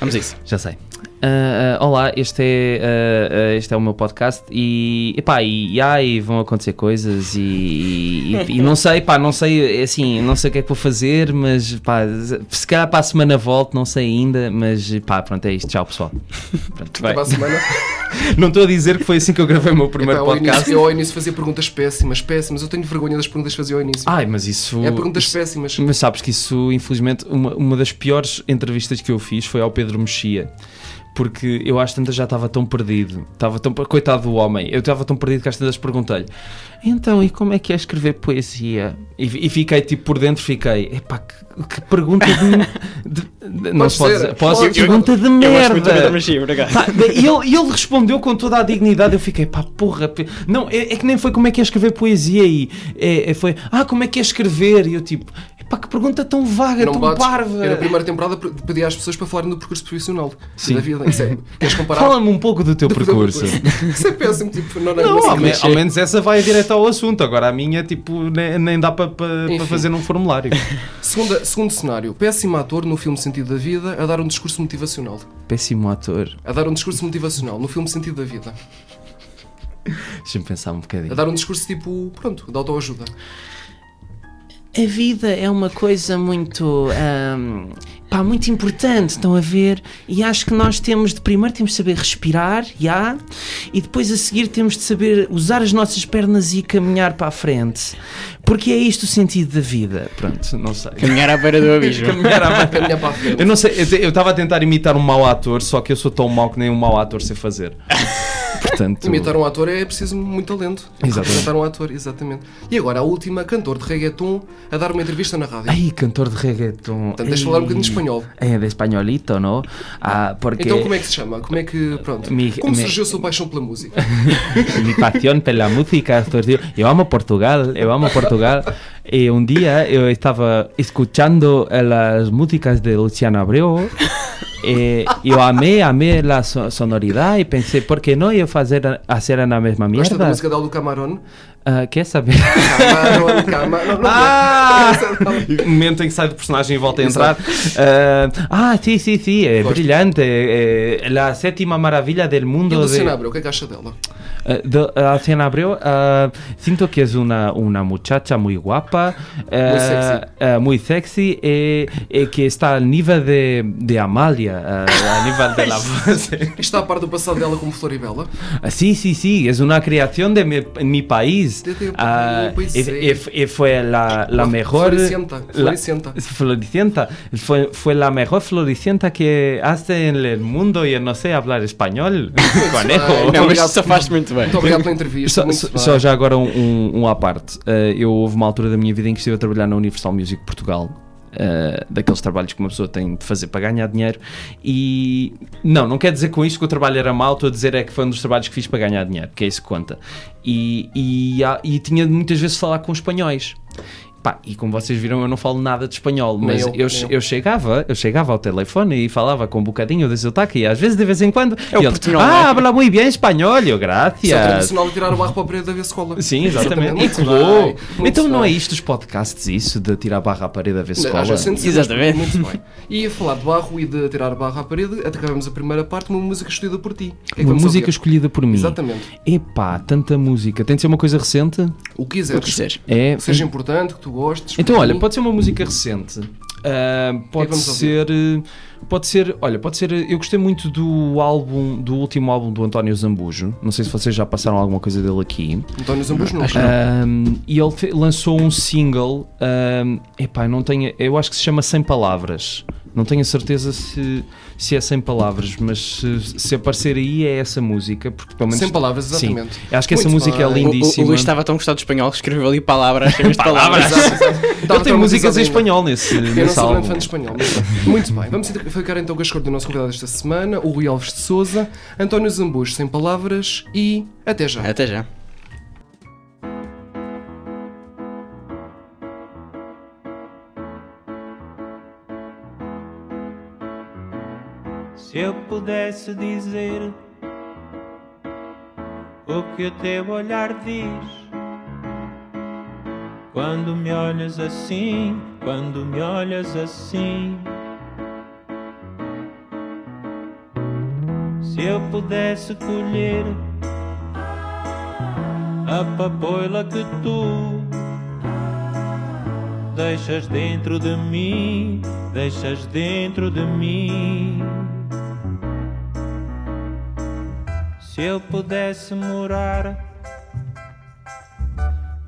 Vamos a isso. Já sei. Ah, ah, olá, este é, ah, ah, este é o meu podcast e, epá, e, e, ai, vão acontecer coisas e, e- e não sei, pá, não sei, é assim, não sei o que é que vou fazer, mas pá, se calhar para a semana volto, não sei ainda, mas pá, pronto, é isto, tchau pessoal. Pronto, Para a semana. Não estou a dizer que foi assim que eu gravei o meu primeiro Epá, Então, ao podcast. início, eu ao início fazia perguntas péssimas, péssimas. Eu tenho vergonha das perguntas que fazia ao início. Ai, mas isso... é perguntas isso- péssimas. Mas sabes que isso, infelizmente, uma, uma das piores entrevistas que eu fiz foi ao Pedro Mexia. Porque eu às tantas já estava tão perdido, estava tão per- coitado do homem, eu estava tão perdido que às tantas perguntei-lhe: então, e como é que é escrever poesia? E, e fiquei tipo por dentro, fiquei: epá, que, que pergunta de. de- de- não Pode se pode ser, dizer, posso, pode ser. pergunta de merda! Eu gosto muito do Pedro Mexia, por acaso. Pá, e ele, e ele respondeu com toda a dignidade. Eu fiquei, pá, porra. pe- Não, é, é que nem foi como é que é escrever poesia aí. É, é- foi, ah, como é que é escrever? E eu tipo, pá, que pergunta tão vaga, não tão bates. parva. Eu na primeira temporada pe- pedi às pessoas para falarem do percurso profissional Sim. da vida. Isso é, queres comparar? Fala-me um pouco do teu Do- do percurso. Isso é péssimo. Tipo, não, não, Não, não, ao, me- não. ao menos essa vai direto ao assunto. Agora a minha, tipo, nem, nem dá para Enfim. fazer num formulário. Segunda- segundo cenário, péssimo ator no filme Sentido da Vida a dar um discurso motivacional. Péssimo ator. A dar um discurso motivacional no filme Sentido da Vida. Deixa-me pensar um A bocadinho. dar um discurso tipo, pronto, de autoajuda. A vida é uma coisa muito. ahm, pá, muito importante, estão a ver? E acho que nós temos de primeiro temos de saber respirar, já, e depois a seguir temos de saber usar as nossas pernas e caminhar para a frente. Porque é isto o sentido da vida. Pronto, não sei. Caminhar à beira do abismo. Caminhar à Caminhar para a frente. Eu não sei, eu te- eu estava a tentar imitar um mau ator, só que eu sou tão mau que nem um mau ator sei fazer. Portanto, Imitar um ator é preciso muito talento. Exatamente. Imitar um ator, exatamente. E agora a última, cantor de reggaeton a dar uma entrevista na rádio. Ai, cantor de reggaeton. Portanto, deixa falar um bocadinho de espanhol. É, de espanholito, não? Ah, porque. Então como é que se chama? Como é que, pronto, Mi- como mi- surgiu a sua paixão pela música? mi pasión por la música. Yo amo Portugal, yo amo Portugal. Y un día yo estaba escuchando eh, las músicas de Luciano Abreu. eh, yo amé, amé la so- sonoridad y pensé, ¿por qué no yo hacer, hacer la misma Gosta da mierda? música da Aldo Camarón? Ah, quer saber? Camarão, camarão. Não, não, Ah! não. E o momento em que sai do personagem e volta a entrar. Eh, ah, ah, sim, sim, sim, é Gosto. brilhante. É, é a sétima maravilha do E a mundo. Luciana Abreu, o que é que acha dela? Eh, do- a Luciana Abreu, ah, siento que es una, una muchacha muy guapa, eh, Muy sexy. eh, muy sexy, eh, eh, que está al nivel de, de Amalia, eh, a nivel de la voz. Está a par do passado dela como Floribela. Ah, sí, sí, sí, es una creación de mi, mi país. De tu Ah, país, y- sí. y- y fue la, la mejor... Floricienta, la- Floricienta. Floricienta. Fue, fue la mejor floricienta que hace en el mundo y no sé hablar español. Conejo. Não, mas obrigado. só faz muito bem. Muito obrigado pela entrevista. Só, muito só- bem. só já agora um, um, um à parte. Eh, eu houve uma altura da minha vida em que estive a trabalhar na Universal Music Portugal. eh, daqueles trabalhos que uma pessoa tem de fazer para ganhar dinheiro e não, não quer dizer com isto que o trabalho era mau, estou a dizer é que foi um dos trabalhos que fiz para ganhar dinheiro, que é isso que conta e, e, há- e tinha de muitas vezes de falar com espanhóis Pá, e como vocês viram eu não falo nada de espanhol Nem mas eu, eu, nem che- eu. eu chegava eu chegava ao telefone e falava com um bocadinho de sotaque e às vezes de vez em quando É o e eles, portunhol, não é? ah, habla muito bem espanhol, Isso eu é gracias tradicional de tirar o barro para a parede da ver escola. Sim, exatamente. E Muito colou. bem, muito Então não é bem. isto os podcasts, isso de tirar barra à parede a ver se cola? Às vezes sente-se Exatamente. Muito bem. E a falar de barro e de tirar barro à parede, acabamos a primeira parte, uma música escolhida por ti. O que é que Uma vamos música ouvir? escolhida por mim. Exatamente. Epá, tanta música. Tem de ser uma coisa recente? O que quiseres. O que quiseres. É. Que seja importante, que tu gostes. Então, para olha, ti. pode ser uma música recente. Ah, O que é que pode vamos ouvir? ser. eh, Pode ser. Olha, pode ser. eh, Eu gostei muito do álbum, do último álbum do António Zambujo. Não sei se vocês já passaram alguma coisa dele aqui. António Zambus não. Um, e ele fe- lançou um single. Um, epá, eu não tenho. Eu acho que se chama Sem Palavras. Não tenho a certeza se, se é Sem Palavras, mas se, se aparecer aí é essa música. Porque pelo menos. Sem palavras, Sim. exatamente. Eu acho que essa Muito música é bem. O, o, lindíssima. o Luís estava tão gostado do espanhol que escreveu ali palavras. cheias de Palavras. Exato, um exato. Ele Estava tem músicas traumatizado ainda. em espanhol nesse, Eu não nesse sou grande álbum. fã de espanhol. mas- Muito bem, vamos inter- ficar então com a escolha do nosso convidado esta semana, o Rui Alves de Souza, António Zambus, sem palavras e até já. Até já. Se eu pudesse dizer o que o teu olhar diz, quando me olhas assim, quando me olhas assim. Se eu pudesse colher a papoila que tu deixas dentro de mim, deixas dentro de mim. Se eu pudesse morar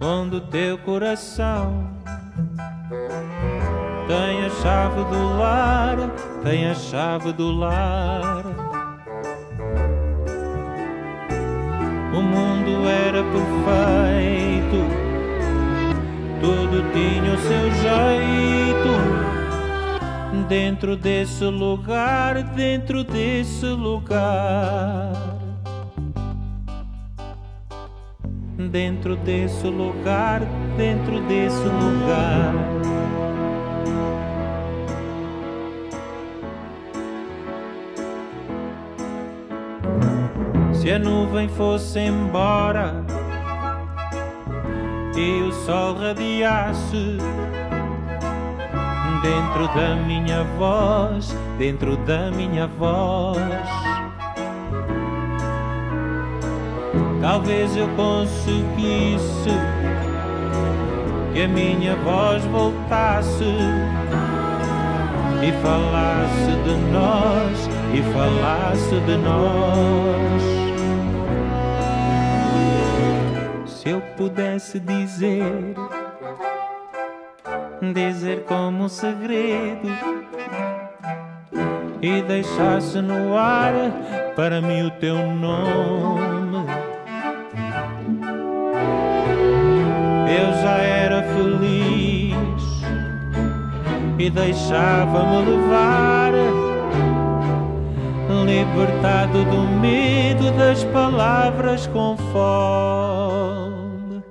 onde o teu coração tem a chave do lar, tem a chave do lar. O mundo era perfeito tudo tinha o seu jeito. Dentro desse lugar, dentro desse lugar. Dentro desse lugar, dentro desse lugar. Se a nuvem fosse embora, e o sol radiasse dentro da minha voz, dentro da minha voz. Talvez eu conseguisse que a minha voz voltasse e falasse de nós, e falasse de nós. Se eu pudesse dizer, dizer como um segredo e deixasse no ar para mim o teu nome, eu já era feliz e deixava-me levar libertado do medo das palavras com fome.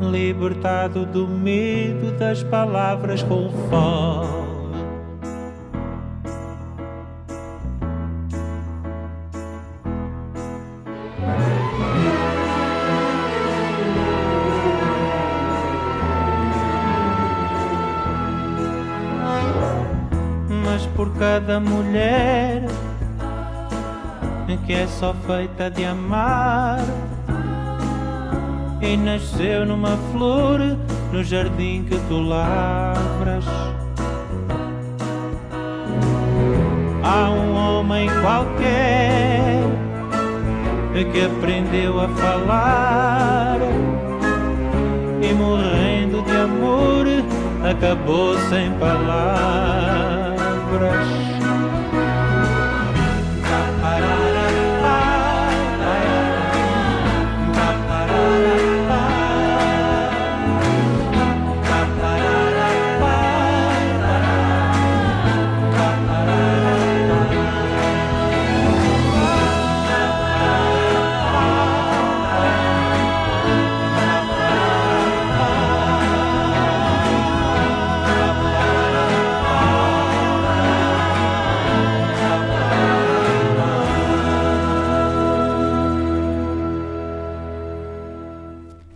Libertado do medo das palavras com fome. boca da mulher que é só feita de amar e nasceu numa flor no jardim que tu lavras. Há um homem qualquer que aprendeu a falar e morrendo de amor acabou sem palavras.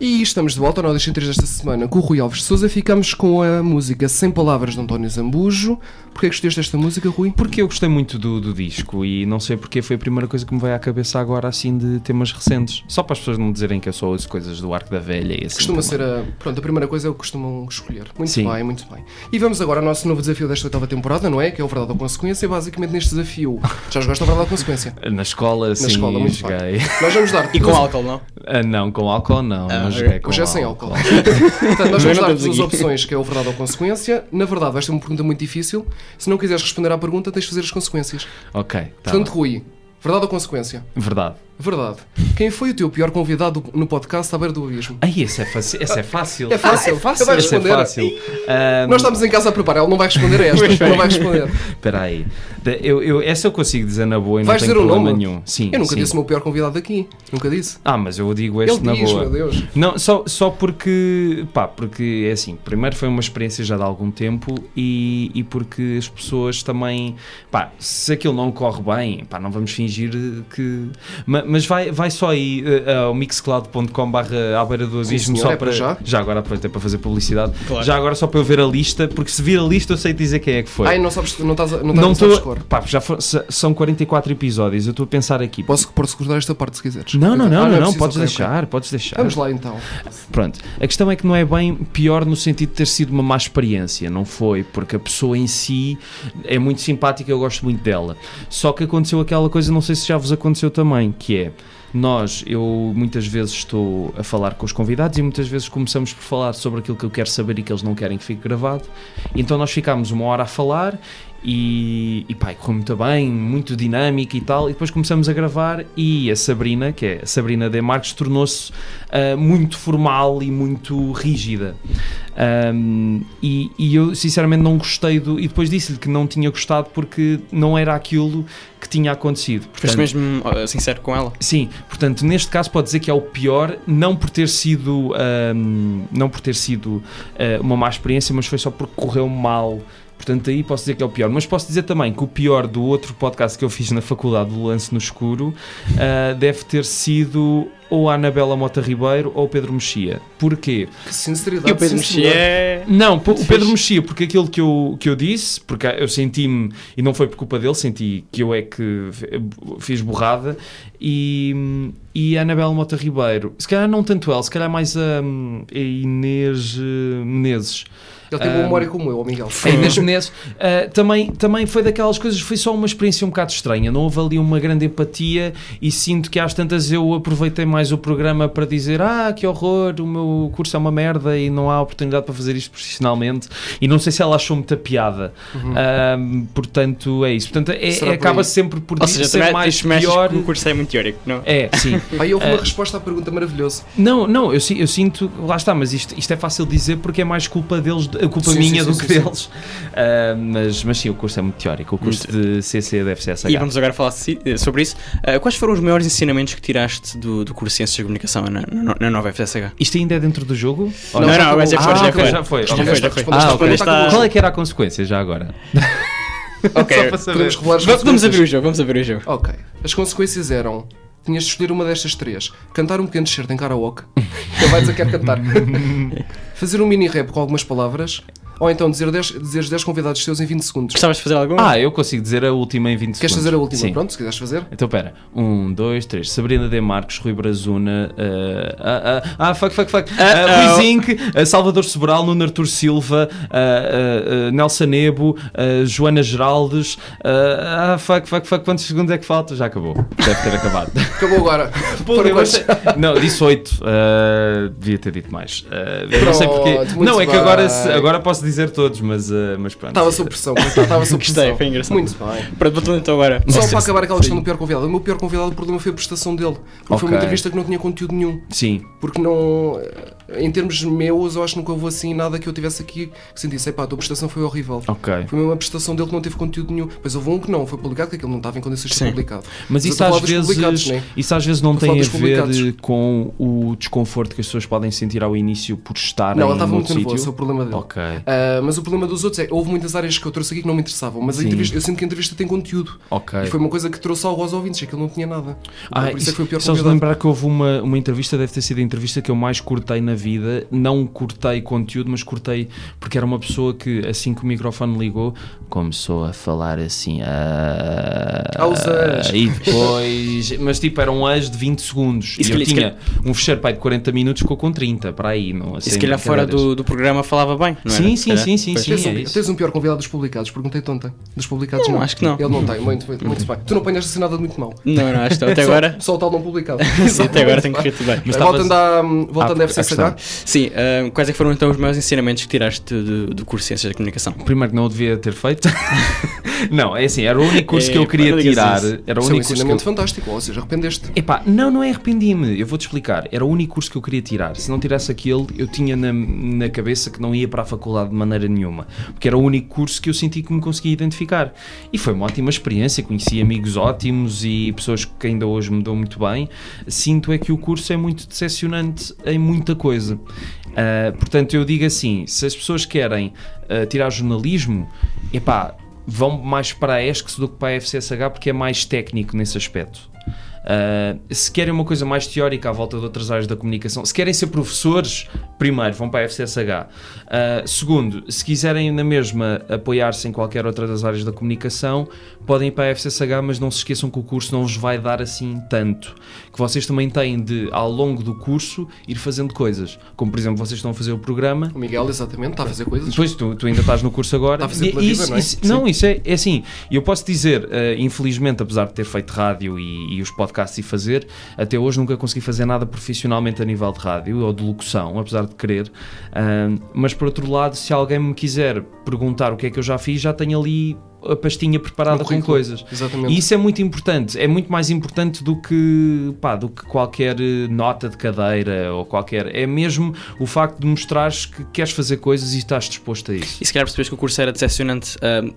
E estamos de volta ao Nó das 103 desta semana com o Rui Alves de Souza. Ficamos com a música Sem Palavras de António Zambujo. Porquê é que escolheste esta música, Rui? Porque eu gostei muito do, do disco e não sei porque foi a primeira coisa que me veio à cabeça agora, assim, de temas recentes. Só para as pessoas não dizerem que eu só ouço coisas do Arco da Velha e assim. Costuma também. ser a, pronto, a primeira coisa é o que costumam escolher. Muito Sim. bem, muito bem. E vamos agora ao nosso novo desafio desta oitava temporada, não é? Que é o Verdade ou Consequência. E basicamente neste desafio já jogaste a Verdade ou Consequência. Na escola, sim, escola, muito joguei. Nós vamos dar. E com álcool, não? Ah, não, com álcool não, não ok. joguei com Hoje é álcool. sem álcool. Portanto, nós Mas vamos não dar-vos estamos as aqui. opções, que é o verdade ou consequência. Na verdade, esta é uma pergunta muito difícil. Se não quiseres responder à pergunta, tens de fazer as consequências. Ok, tá. Portanto, Rui, verdade ou consequência? bem. Verdade. Verdade. Quem foi o teu pior convidado no podcast à beira do abismo? Ai, esse é, faci- esse é fácil. É fácil. Ah, é fácil. Ele vai esse é responder. fácil. Ah, Nós estamos em casa a preparar, ele não vai responder a esta. não vai responder. Espera aí. Da- Eu, eu, essa eu consigo dizer na boa e Vais não dizer tenho o problema nome? nenhum. Sim, Eu nunca sim. disse o meu pior convidado aqui. Nunca disse. Ah, mas eu digo este Ele na diz, boa. meu Deus. Não, só, só porque, pá, porque é assim, primeiro foi uma experiência já de algum tempo e, e porque as pessoas também, pá, se aquilo não corre bem, pá, não vamos fingir que... ma- Mas vai, vai só aí eh, ao mixcloud.com barra à beira do abismo senhor, só é para para... já. agora aproveitei para fazer publicidade. Claro. Já agora só para eu ver a lista, porque se vir a lista eu sei dizer quem é que foi. Ai, não sabes, não estás, a- não tá estás a não estou... sabes cor. Pá, já fo- se- são 44 episódios, eu estou a pensar aqui... Posso, posso cortar esta parte se quiseres. Não, não, Ah, não, é não, não, preciso, podes ok, ok. deixar, podes deixar. Vamos lá então. Pronto, a questão é que não é bem pior no sentido de ter sido uma má experiência, não foi? Porque a pessoa em si é muito simpática, eu gosto muito dela. Só que aconteceu aquela coisa, não sei se já vos aconteceu também, que é nós, eu muitas vezes estou a falar com os convidados e muitas vezes começamos por falar sobre aquilo que eu quero saber e que eles não querem que fique gravado. Então nós ficámos uma hora a falar e, e pá, e correu muito bem, muito dinâmico e tal. E depois começamos a gravar e a Sabrina, que é a Sabrina de Marques, tornou-se ah, muito formal e muito rígida. Ahm, e, e eu sinceramente não gostei do. E depois disse-lhe que não tinha gostado porque não era aquilo que tinha acontecido. Foste Portanto, mesmo ah, sincero com ela. Sim, portanto, neste caso pode dizer que é o pior, não por ter sido, ahm, não por ter sido ah, uma má experiência, mas foi só porque correu mal. Portanto, aí posso dizer que é o pior. Mas posso dizer também que o pior do outro podcast que eu fiz na faculdade, do Lance no Escuro, ah, deve ter sido ou a Anabela Mota Ribeiro ou o Pedro Mexia. Porquê? Que sinceridade. sim, senhor. é. Não, po- o Pedro mexia, porque aquilo que eu, que eu disse, porque eu senti-me, e não foi por culpa dele, senti que eu é que f- fiz borrada, e, e a Anabela Mota Ribeiro, se calhar não tanto ela, se calhar mais a, hum, a Inês eh, Menezes. Ele tem uma Ah, memória como eu, ó Miguel. A Inês Menezes ah, também, também foi daquelas coisas, foi só uma experiência um bocado estranha, não houve ali uma grande empatia e sinto que às tantas eu aproveitei mais o programa para dizer ah, que horror, o meu curso é uma merda e não há oportunidade para fazer isto profissionalmente e não sei se ela achou muita piada. Ah, portanto, é isso. Portanto, é- Uhum. Será por acaba aí? sempre por Ou seja, é- ser também mais mais mexes pior. porque o curso é muito teórico, não? É, sim. Aí houve uma resposta à pergunta maravilhosa. Não, não, eu, si- eu sinto, lá está, mas isto, isto é fácil dizer porque é mais culpa deles, a culpa Sim, minha sim, do sim, que sim, sim. deles. Ah, mas, mas sim, o curso é muito teórico, o curso de CC deve ser E vamos agora falar si- eh, sobre isso. Ah, quais foram os maiores ensinamentos que tiraste do, do curso de Ciências de Comunicação na, na, na nova FSH? Isto ainda é dentro do jogo? Não, Ou não, acabou? mas já foi, Ah, já ok, foi. já foi. Já ok. foi, já Respondeste- foi. Ah, respondeste- ok. respondeste à pergunta. Qual é que era a consequência já agora? Ah, é Ok, Podemos revelar as vamos, vamos consequências? abrir o jogo, vamos abrir o jogo. Ok. As consequências eram. Tinhas de escolher uma destas três. Cantar um pequeno certo em karaoke. Ele vai dizer que quer cantar. fazer um mini rap com algumas palavras, ou então dizer 10, dizeres 10 convidados teus em 20 segundos. Gostavas de fazer alguma? Ah, eu consigo dizer a última em 20 Queres segundos. fazer a última? Sim. Pronto, se quiseres fazer. Então pera, um, dois, três. Sabrina D. Marcos, Rui Brazuna, ah, ah, ah, ah, fuck, fuck, fuck. Ah, Uh-oh. Rui Zinc, ah, Salvador Sobral, Nuno Artur Silva, ah, ah, ah, Nelson Nebo, ah, Joana Geraldes. ah, ah, fuck, fuck, fuck. Quantos segundos é que falta? Já acabou. Deve ter acabado. Acabou agora. Porra, Foram eu quantos? achei- Não, disse 8. devia ter dito mais. Ah, eu não sei Pronto, porquê. muito Não, é que agora, se- bem. Tá agora posso dizer todos, mas, ah, mas pronto. Estava sob pressão, coitado, estava sob Gostei, pressão. foi engraçado. Muito bem. Pronto, vou-te então agora. Só para acabar aquela questão do pior convidado. O meu pior convidado, o problema foi a prestação dele. Porque foi Ok. uma entrevista que não tinha conteúdo nenhum. Sim. Porque não. eh, Em termos meus, eu acho que nunca houve assim nada que eu tivesse aqui que sentisse, epá, a tua prestação foi horrível. Ok. Foi mesmo a prestação dele que não teve conteúdo nenhum. Mas houve um que não, foi publicado, que aquele não estava em condições de ser Sim. publicado. Mas eu isso estou a às, falar dos publicados, vezes, né? isso às vezes não Estou a tem a falar dos ver publicados. com o desconforto que as pessoas podem sentir ao início por estar Não, ele em estava muito outro nervoso, é sítio. o problema dele. Ok. Ah, mas o problema dos outros é houve muitas áreas que eu trouxe aqui que não me interessavam, mas a Sim. entrevista, eu sinto que a entrevista tem conteúdo. Ok. E foi uma coisa que trouxe algo aos ouvintes, é que ele não tinha nada. Ah, por isso, é que foi o pior só de convidado. lembrar que houve uma, uma entrevista, deve ter sido a entrevista que eu mais cortei na vida. Não cortei conteúdo, mas cortei porque era uma pessoa que, assim que o microfone ligou, começou a falar assim. ah, Aos anjos. E depois. mas tipo, era um anjo de 20 segundos. E E, se eu calhar- se tinha um fecheiro pai de 40 minutos, ficou com 30, para aí. Não, E sem se calhar fora brincadeiras. do, do programa falava bem, não era? Sim, sim, Era? sim, sim, Pois. sim. Tens, é um, isso. tens um pior convidado dos publicados? Perguntei tonta. Dos publicados Não, não. acho que não. Ele não tem, muito, muito, muito bem. Tu não apanhaste assim nada de muito mal. Não, não, acho que até agora. Só o tal não publicado. Sim, até agora tem corrido bem. Mas voltando estavas- à, hum, voltando à Ah, a questão. FCSH, Sim, ah, quais é que foram então os maiores ensinamentos que tiraste do, do curso de Ciências da Comunicação? Primeiro que não o devia ter feito. não, é assim, era o único curso que eu Epá, queria não digas tirar. isso. Era isso é o um único curso que eu ensinamento fantástico. Ou seja, arrependeste. Epá, não, não é arrependi-me. Eu vou-te explicar. Era o único curso que eu queria tirar. Se não tirasse aquele, eu tinha na, na cabeça que não ia para a faculdade de maneira nenhuma. Porque era o único curso que eu senti que me conseguia identificar. E foi uma ótima experiência. Conheci amigos ótimos e pessoas que ainda hoje me dão muito bem. Sinto é que o curso é muito decepcionante em muita coisa. Ah, portanto, eu digo assim: se as pessoas querem ah, tirar jornalismo, epá, vão mais para a ESCS do que para a FCSH porque é mais técnico nesse aspecto. Uh, se querem uma coisa mais teórica à volta de outras áreas da comunicação, se querem ser professores, primeiro vão para a FCSH. Uh, segundo, se quiserem na mesma apoiar-se em qualquer outra das áreas da comunicação, podem ir para a FCSH, mas não se esqueçam que o curso não vos vai dar assim tanto. Que vocês também têm de, ao longo do curso, ir fazendo coisas. Como, por exemplo, vocês estão a fazer o programa, O Miguel, exatamente, está a fazer coisas. Pois, tu, tu ainda estás no curso agora. Está a fazer E- pela vida, isso- não é? isso- não, isso é, é assim. Eu posso dizer, eh, infelizmente, apesar de ter feito rádio e, e os podcasts e fazer, até hoje nunca consegui fazer nada profissionalmente a nível de rádio ou de locução, apesar de querer. Ahm, mas, por outro lado, se alguém me quiser perguntar o que é que eu já fiz, já tenho ali a pastinha preparada No com currículo. coisas. Exatamente. E isso é muito importante, é muito mais importante do que, pá, do que qualquer eh, nota de cadeira ou qualquer. É mesmo o facto de mostrares que queres fazer coisas e estás disposto a isso. E se calhar percebes que o curso era decepcionante ah,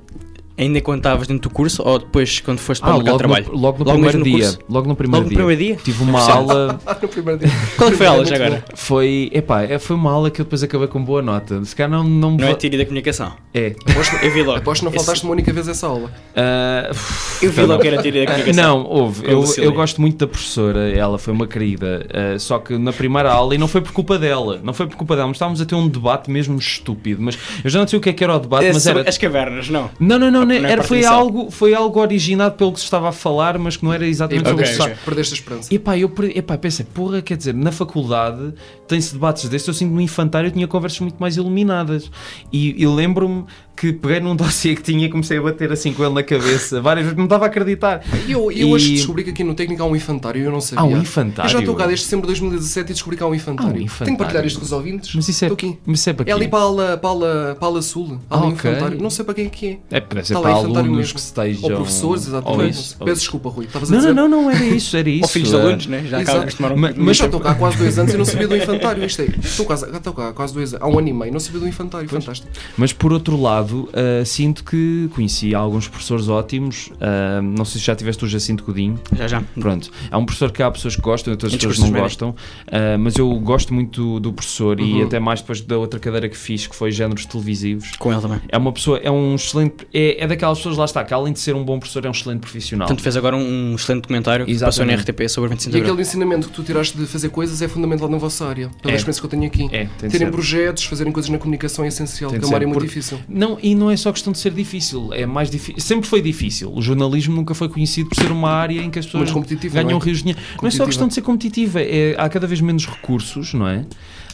ainda quando estavas dentro do curso ou depois quando foste para o mercado Ah, um de trabalho? No, Ah, logo no Logo primeiro mesmo no dia. curso? Logo no primeiro Logo no dia. primeiro dia? Tive uma aula. no primeiro dia. Qual é que foi a aula Muito já agora? bom. Foi. Epá, é- foi uma aula que eu depois acabei com boa nota. Se calhar não. Não, Não é vou- teoria da comunicação. é. Eu vi logo. Aposto que não Esse- faltaste uma única vez essa aula. Ah, Eu vi logo que era teoria da comunicação. Não, houve. Com Eu, Lucília. eu gosto muito da professora, ela foi uma querida. eh, só que na primeira aula, e não foi por culpa dela, não foi por culpa dela, mas estávamos a ter um debate mesmo estúpido. Mas eu já não sei o que é que era o debate, É mas sobre era. As cavernas, não. Não, não, não, não é era, foi, partição. algo, foi algo originado pelo que se estava a falar, mas que não era exatamente Ok, sobre o que se ok. estava. Perdeste a esperança. Epá, eu per- epá, pensei, porra, quer dizer, na faculdade tem-se debates destes, eu sinto no infantário eu tinha conversas muito mais iluminadas. E, e lembro-me que peguei num dossiê que tinha e comecei a bater assim com ele na cabeça várias vezes, não estava a acreditar. E Eu, eu hoje E- descobri que aqui no técnico há um infantário, eu não sabia. Há um infantário? Eu já estou cá desde setembro de 2017 e descobri que há um infantário. Há um Tenho infantário. que partilhar isto com os ouvintes. Mas isso é, Estou aqui. mas isso é para É ali quê? para a ala, para a ala, para a ala sul. Há ali Ah, um ok. infantário. Não sei para quem é que é. É, deve ser Está lá para infantário alunos mesmo. que estejam... Ou professores, exatamente. ou isso, ou Peço isso. desculpa, Rui. Estavas a Não, dizer. não, não, não, era isso, era isso. Ou filhos de eh, alunos, né? Já acabas de tomar um. Ma- Mas, Mas- já estou cá há quase dois anos e não sabia do infantário. Isto é. Estou quase- já Estou cá há quase dois anos. Há um ano e meio, não sabia do infantário. Fantástico. Mas por outro lado, eh, sinto que conheci alguns professores ótimos. eh, não sei se já tiveste o Jacinto Godinho. Já, já. Pronto, há um professor que há pessoas que gostam, outras Muitos pessoas que não cursos gostam, ah, mas eu gosto muito do, do professor e Uhum. até mais depois da outra cadeira que fiz, que foi géneros televisivos. Com ele também. É uma pessoa, é um excelente, é, é é daquelas pessoas, lá está, que além de ser um bom professor, é um excelente profissional. Portanto, fez agora um, um excelente documentário que passou na Exatamente. RTP sobre o 25 é E de Abril. aquele ensinamento que tu tiraste de fazer coisas é fundamental na vossa área. Pela É. experiência que eu tenho aqui. É, tem de Terem ser. projetos, fazerem coisas na comunicação é essencial, Tem porque é de uma ser, área muito porque- difícil. Não, e não é só questão de ser difícil, é mais difícil. Sempre foi difícil. O jornalismo nunca foi conhecido por ser uma área em que as pessoas Mas competitiva, ganham não é? rios de dinheiro. Não é só Competitiva. questão de ser competitiva, é, há cada vez menos recursos, não é?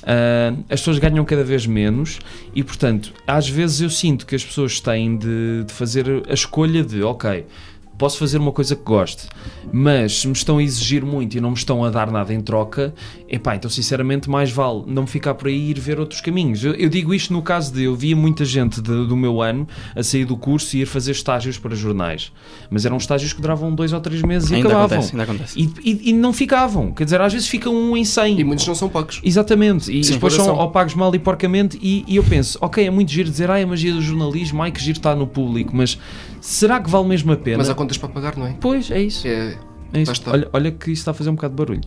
Ah, as pessoas ganham cada vez menos e, portanto, às vezes eu sinto que as pessoas têm de, de fazer a escolha de, ok. Posso fazer uma coisa que goste, mas se me estão a exigir muito e não me estão a dar nada em troca, epá, então sinceramente mais vale não ficar por aí e ir ver outros caminhos. Eu, eu digo isto no caso de eu via muita gente de- do meu ano a sair do curso e ir fazer estágios para jornais, mas eram estágios que duravam dois ou três meses e Ainda acabavam. acontece, ainda acontece. E, e- e não ficavam. Quer dizer, às vezes fica um em 100. E muitos não são pagos. Exatamente, e Sim. depois são Exploração. opagos mal e porcamente. E, e eu penso, ok, é muito giro dizer, ai, a magia do jornalismo, ai, que giro está no público, mas será que vale mesmo a pena? Mas há contas para pagar, não é? Pois, é isso. É. É isso. lá está. Olha, olha que isso está a fazer um bocado de barulho.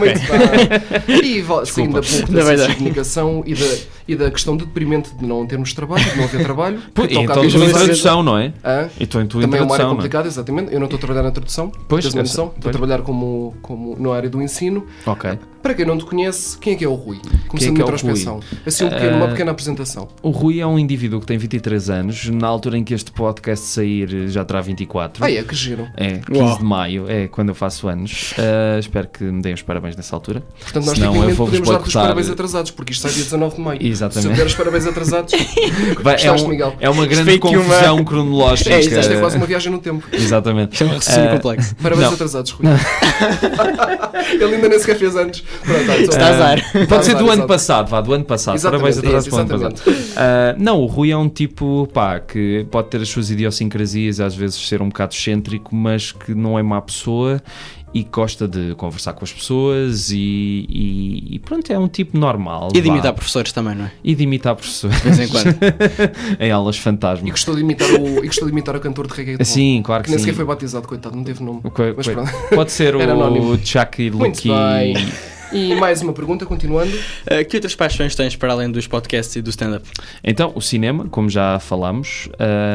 Muito bem. E vo- saindo da pouco da Ainda bem, ciência não. de comunicação e da, e da questão de deprimente de não termos trabalho, de não haver trabalho. que toca a então vida tu em toda. tradução, não é? Hã? Então em tua Também é uma área introdução, não é? complicada, exatamente. Eu não estou a trabalhar na tradução, Pois, tens uma eu noção. sei. Estou a Pois. trabalhar como, como na área do ensino. Ok. Para quem não te conhece, quem é que é o Rui? Começando que é na o Rui? Ah, transpeção. Assim, um pequeno- uma pequena apresentação. O Rui é um indivíduo que tem 23 anos, na altura em que este podcast sair já terá 24. Ah, é, que giro. É, 15 de maio é quando eu faço anos. Ah, espero que me deem os parabéns nessa altura. Portanto, nós Senão eu tecnicamente vou-vos podemos dar-te os boicotar. parabéns atrasados, porque isto sai dia 19 de maio. Se eu Exatamente. der os parabéns atrasados, Vai, é, Gostaste, Miguel? é uma grande Fake humor. confusão cronológica. é, isto é quase uma viagem no tempo. Exatamente. É um raciocínio Ah, complexo. Parabéns Não. atrasados, Rui. Ele ainda nem sequer fez antes. Pronto, tá, então- Está a azar. Tá, Pode ser tá, do ano exato. passado, vá, do ano passado. Exatamente, Parabéns é atrasados isso, para o ano exatamente. passado. Ah, não, o Rui é um tipo, pá, que pode ter as suas idiosincrasias, às vezes ser um bocado excêntrico, mas que não é má pessoa e gosta de conversar com as pessoas e, e- e pronto, é um tipo normal. E de vá. imitar professores também, não é? E de imitar professores. De vez em quando. em aulas fantasma. E gostou de imitar o, e gostou de imitar o cantor de reggaeton. Sim, claro Que que, nem sim. sequer foi batizado, coitado, não teve nome. Ok, Mas ok. pronto. Pode ser Era o anónimo. Chuck e Muito Lucky. bem. E mais uma pergunta, continuando. Ah, que outras paixões tens para além dos podcasts e do stand-up? Então, o cinema, como já falámos,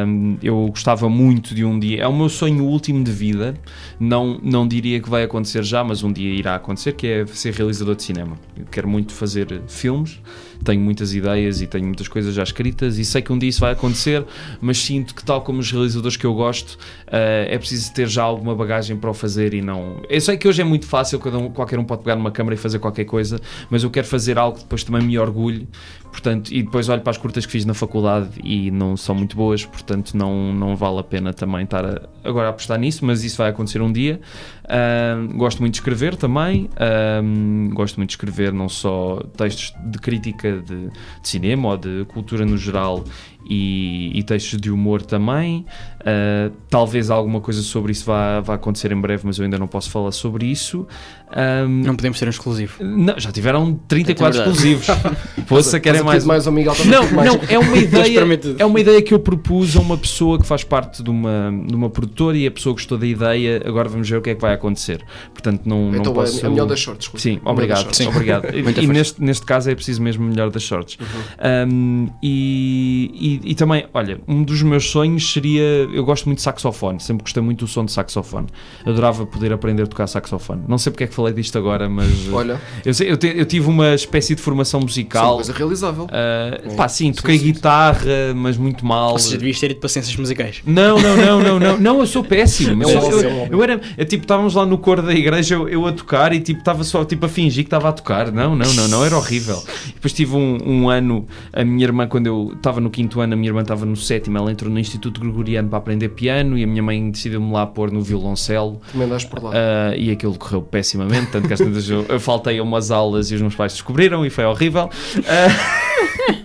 hum, eu gostava muito de um dia, é o meu sonho último de vida, não, não diria que vai acontecer já, mas um dia irá acontecer, que é ser realizador de cinema. Eu quero muito fazer eh, filmes, tenho muitas ideias e tenho muitas coisas já escritas e sei que um dia isso vai acontecer, mas sinto que tal como os realizadores que eu gosto, eh, é preciso ter já alguma bagagem para o fazer e não... Eu sei que hoje é muito fácil, cada um, qualquer um pode pegar numa câmera e fazer qualquer coisa, mas eu quero fazer algo que depois também me orgulhe, portanto, e depois olho para as curtas que fiz na faculdade e não são muito boas, portanto não, não vale a pena também estar a- agora a apostar nisso, mas isso vai acontecer um dia. Ahm, gosto muito de escrever também, ahm, gosto muito de escrever não só textos de crítica de, de cinema ou de cultura no geral e, e textos de humor também. Ah, talvez alguma coisa sobre isso vá, vá acontecer em breve, mas eu ainda não posso falar sobre isso. Ahm, Não podemos ser um exclusivo. não, já tiveram 34 É verdade. exclusivos. Poxa, Estás a é querem mais. um? pedir mais ao Miguel, estás a Não, pedir mais. não, é uma ideia, experimenta tudo. é uma ideia que eu propus a uma pessoa que faz parte de uma, de uma produtora e a pessoa gostou da ideia, agora vamos ver o que é que vai acontecer. Portanto, não, não Então, posso... é melhor das shorts. Rui. Sim, Melhor das obrigado, shorts. sim. obrigado. Muita e força. neste, neste caso é preciso mesmo melhor das shorts. Uhum. Um, e, e, e também, olha, um dos meus sonhos seria. Eu gosto muito de saxofone, sempre gostei muito do som de saxofone. Adorava poder aprender a tocar saxofone. Não sei porque é que falei disto agora, mas. uh, Olha. Eu, sei- eu te- eu tive uma espécie de formação Isso é uma musical. coisa realizável. Uh, pá, sim, toquei guitarra, mas muito mal. Ou seja, devias ter ido para ciências musicais. Não, não, não, não, não, não, eu sou péssimo. É Eu, um hobby, eu- é um hobby. eu era, eu, tipo, estávamos lá no coro da igreja, eu, eu a tocar e tipo, estava só tipo a fingir que estava a tocar. Não, não, não, não, era horrível. Depois tive um, um ano, a minha irmã, quando eu estava no quinto ano, a minha irmã estava no sétimo, ela entrou no Instituto Gregoriano para aprender piano e a minha mãe decidiu-me lá pôr no violoncelo. Também andaste por lá. Ah, e aquilo correu pessimamente, tanto que às tantas eu, eu faltei a umas aulas e os meus pais descobriram e foi horrível. Ah,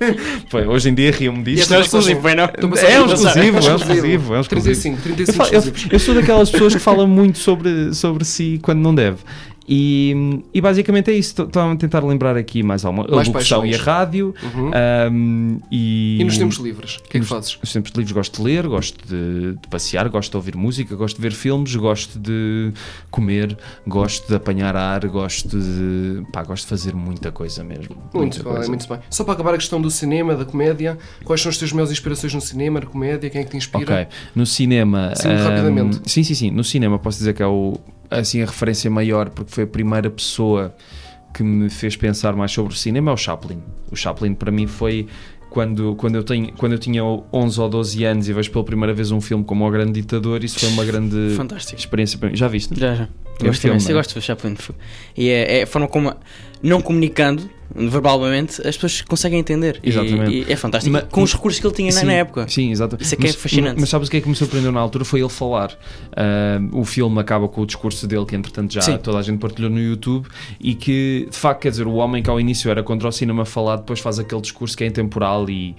foi, hoje em dia riam-me disto. Este é um exclusivo, não? É um exclusivo, é um exclusivo, é um 35, exclusivo. Eu, 35 falo- eu- exclusivos. eu sou daquelas pessoas que falam muito sobre, sobre si quando não deve. E, e basicamente é isso. Estão a tentar lembrar aqui mais alguma. A Mais locução e a paixões. rádio. Uhum. ahm, e, E nos tempos livres, o que é que nos- fazes? Nos tempos livres gosto de ler, gosto de, de passear, gosto de ouvir música, gosto de ver filmes, gosto de comer, gosto de apanhar ar, gosto de. pá, gosto de fazer muita coisa mesmo. Muito muita bem, coisa. muito bem. Só para acabar a questão do cinema, da comédia, quais são as tuas maiores inspirações no cinema, na comédia, quem é que te inspira? Ok. No cinema. Sim, muito ahm, rapidamente. Sim, sim, sim. No cinema posso dizer que é o, assim, a referência maior, porque foi a primeira pessoa que me fez pensar mais sobre o cinema, é o Chaplin. O Chaplin para mim foi. Quando, quando, eu tenho, quando eu tinha 11 ou 12 anos e vejo pela primeira vez um filme como O Grande Ditador, isso foi uma grande Fantástico. Tipo, experiência para mim. Já viste? Já, já. Eu Eu gosto gosto imenso, também. eu gosto do Chaplin. E é, é a forma como, não comunicando verbalmente, as pessoas conseguem entender. E- Exatamente. E, é fantástico. Ma- Com os recursos que ele tinha né, na, Sim, na época. Sim, exato. Isso é que é Mas- fascinante. Mas sabes o que é que me surpreendeu na altura? Foi ele falar. Ah, o filme acaba com o discurso dele, que entretanto já Sim. toda a gente partilhou no YouTube, e que de facto, quer dizer, o homem que ao início era contra o cinema falar, depois faz aquele discurso que é intemporal. E,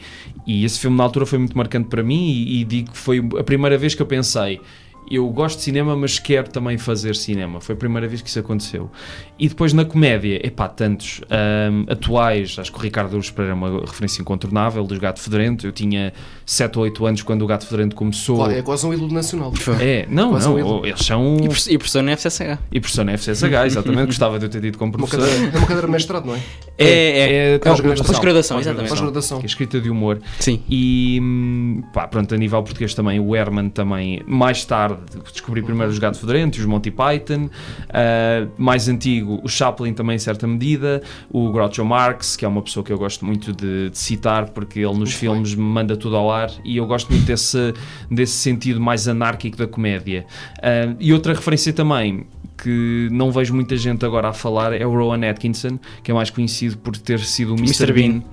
e esse filme na altura foi muito marcante para mim. E, e digo que foi a primeira vez que eu pensei. Eu gosto de cinema, mas quero também fazer cinema. Foi a primeira vez que isso aconteceu. E depois na comédia, epá, tantos ahm, atuais, acho que o Ricardo Luz Pereira é uma referência incontornável dos Gato Fedorento. Eu tinha 7 ou 8 anos quando o Gato Fedorento começou. Claro, É quase um ídolo nacional. É, não, Quase um não, ídolo. eles são. E, por- e professor na FCSH. E professor na FCSH, exatamente, gostava de eu ter dito como Uma professor. cadeira, é uma cadeira de mestrado, não é? É, é, pós-graduação. Pós-graduação, exatamente. Pós-gradução. Que é escrita de humor. Sim. E hum, pá, pronto, a nível português também, o Herman também, mais tarde, descobri primeiro os Gato Fedorento, os Monty Python, ah, mais antigo, o Chaplin também em certa medida, o Groucho Marx, que é uma pessoa que eu gosto muito de, de citar, porque ele nos filmes manda tudo ao ar, e eu gosto muito desse, desse sentido mais anárquico da comédia. Ah, e outra referência também, que não vejo muita gente agora a falar, é o Rowan Atkinson, que é mais conhecido por ter sido o Mr. Mr. Bean Bean.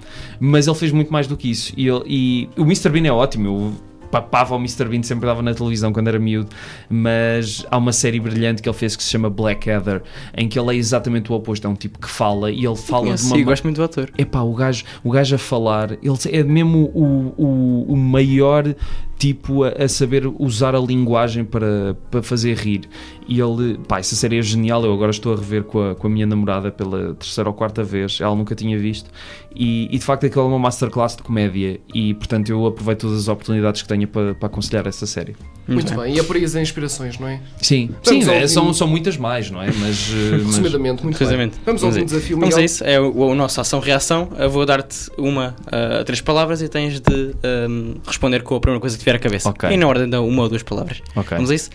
mas ele fez muito mais do que isso. E, ele- e o Mr. Bean é ótimo. Eu papava o Mr. Bean, sempre dava na televisão quando era miúdo. Mas há uma série brilhante que ele fez que se chama Blackadder, em que ele é exatamente o oposto. É um tipo que fala e ele fala de uma. Sim, é ma- gosto muito do ator. Epá, o gajo, o gajo a falar, ele é mesmo o, o, o maior tipo a, a saber usar a linguagem para, para fazer rir. E ele, pá, essa série é genial. Eu agora estou a rever com a, com a minha namorada pela terceira ou quarta vez, ela nunca tinha visto. E, e de facto, aquilo é uma masterclass de comédia. E portanto, eu aproveito todas as oportunidades que tenho para, para aconselhar essa série. Muito bem. E é por aí as inspirações, não é? Sim, Vamos Sim ao é, são, fim. são muitas mais, não é? Mas. eh, mas- Resumidamente, muito bem. Precisamente. Vamos ao último a- desafio, Vamos a Miguel. isso. É o, o nosso ação-reação. Eu vou dar-te uma ah, três palavras e tens de ahm, responder com a primeira coisa que tiver à cabeça. Ok. E na ordem de uma ou duas palavras. Ok. Vamos a isso.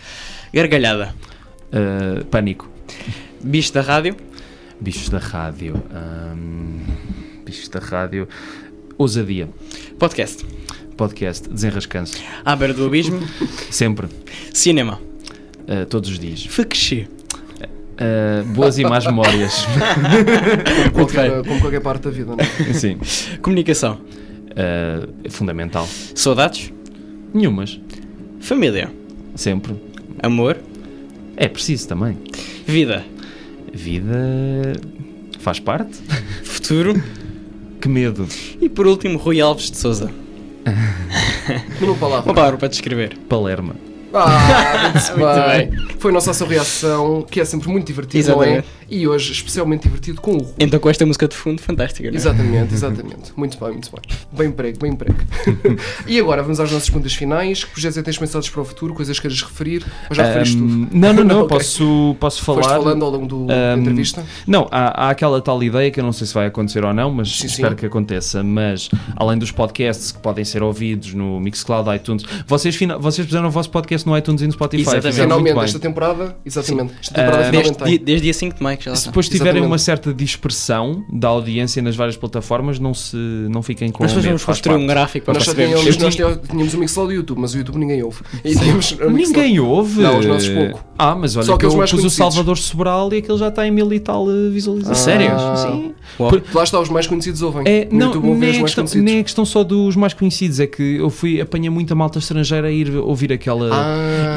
Gargalhada. Eh, pânico. Bicho da rádio. Bichos da rádio. hum, bichos da rádio. Ousadia. Podcast. Podcast. Desenrascanço. À beira do abismo. Sempre. Cinema. eh, todos os dias. Fekshi. Eh, boas e más memórias. Como qualquer, como qualquer parte da vida, não é? Sim. Comunicação. Eh, fundamental. Saudades. Nenhumas. Família. Sempre. Amor. É preciso também. Vida. Vida faz parte. Futuro. Que medo. E por último, Rui Alves de Souza. Numa palavra. Uma palavra para descrever. Palerma. Ah, muito bem. Foi a nossa ação reação, que é sempre muito divertido, não é? Exatamente. E hoje, especialmente divertido com o Rui. Então, com esta música de fundo, fantástica. não é? Exatamente, exatamente. Muito bem, muito bem. Bem prego, bem prego. e agora vamos às nossas perguntas finais. Que projetos é que tens pensados para o futuro? Coisas que queiras referir? Ou já referiste tudo? Hum, não, não, não. Ok. posso, posso falar. Foste falando ao longo do, da Hum, entrevista? Não, há, há aquela tal ideia que eu não sei se vai acontecer ou não, mas Sim, sim. espero que aconteça. Mas além dos podcasts que podem ser ouvidos no Mixcloud, iTunes, vocês, fina- vocês fizeram o vosso podcast no iTunes e no Spotify. Exatamente. fizeram muito Finalmente, bem. esta temporada. Exatamente. Esta temporada Ah, finalmente Desde, tem. di- desde dia 5 de maio que já lá Se está. depois tiverem Exatamente. uma certa dispersão da audiência nas várias plataformas, não, se, não fiquem com Nós depois medo, vamos faz construir um parte. gráfico para Nós só percebermos. tínhamos, Eu nós tínhamos o Mixcloud do YouTube, mas o YouTube ninguém ouve. E tínhamos é o Mixcloud- Ninguém ouve. Não, os nossos pouco. Ah, mas olha, Só que eu aqueles mais pus o conhecidos. Salvador Sobral e aquele já está em mil e tal eh, Ah, visualizações. Sim. Uau. Por- Lá está, os mais conhecidos ouvem. É, no não, YouTube ouvem nem os é, mais questão, conhecidos. nem é questão só dos mais conhecidos, é que eu fui apanhar muita malta estrangeira a ir ouvir aquela Ah.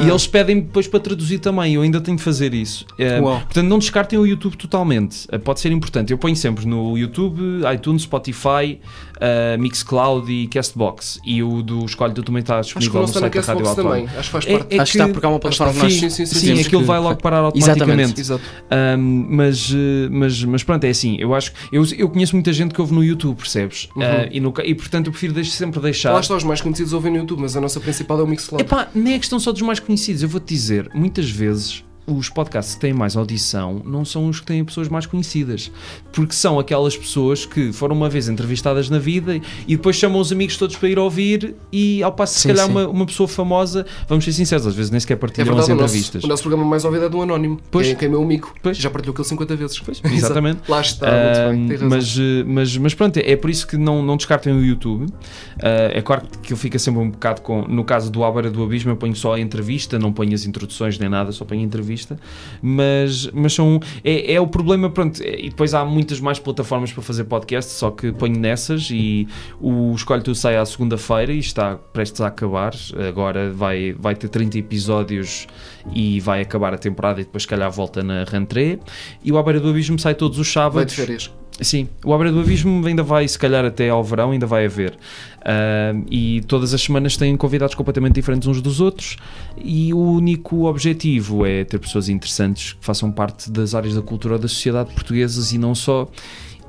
E eles pedem depois para traduzir também, eu ainda tenho de fazer isso. É, Uau. portanto, não descartem o YouTube totalmente, É, pode ser importante. Eu ponho sempre no YouTube, iTunes, Spotify, eh, Mixcloud e Castbox. E o do Escolho do também está Acho que o disponível no nosso está na site da Rádio Castbox Autónoma. também. Acho que faz É- parte. é Acho que está que- porque há uma plataforma que acho que nós. sim, sim, sim, Sim, temos aquilo que- vai logo parar Exatamente. automaticamente. Exato. Um, mas, eh, mas, mas pronto, é assim. Eu acho eu, eu conheço muita gente que ouve no YouTube, percebes? Eh, e, no ca- e portanto eu prefiro deix- sempre Uhum. Lá deixar. está, os mais conhecidos ouvem no YouTube, mas a nossa principal é o Mixcloud. Epá, nem é questão só dos mais conhecidos. Eu vou-te dizer, muitas vezes os podcasts que têm mais audição não são os que têm pessoas mais conhecidas, porque são aquelas pessoas que foram uma vez entrevistadas na vida e depois chamam os amigos todos para ir ouvir e ao passo, se Sim, calhar sim. uma, uma pessoa famosa, vamos ser sinceros, às vezes nem sequer É partilham as verdade, o nosso, entrevistas. o nosso programa mais ouvido é do Anónimo, Pois. que é, que é meu amigo. Pois. Já partilhou aquilo 50 vezes. Exato. exatamente. Lá está, Ah, muito bem, tem razão. mas, eh, mas, mas pronto, é por isso que não, não descartem o YouTube. Ah, é claro que eu fico sempre um bocado com. No caso do Álvaro do Abismo, eu ponho só a entrevista, não ponho as introduções nem nada, só ponho a entrevista. Mas, mas são. É, é o problema, pronto. é- E depois há muitas mais plataformas para fazer podcast, só que ponho nessas e o Escolho Tu sai à segunda-feira e está prestes a acabar. Agora vai, vai ter 30 episódios e vai acabar a temporada e depois, se calhar, volta na rentrée. E o À Beira do Abismo sai todos os Vai sábados. de férias. Sim, o Abra do Abismo ainda vai, se calhar, até ao verão, ainda vai haver. Ahm, e todas as semanas têm convidados completamente diferentes uns dos outros. E o único objetivo é ter pessoas interessantes que façam parte das áreas da cultura ou da sociedade portuguesas e não só.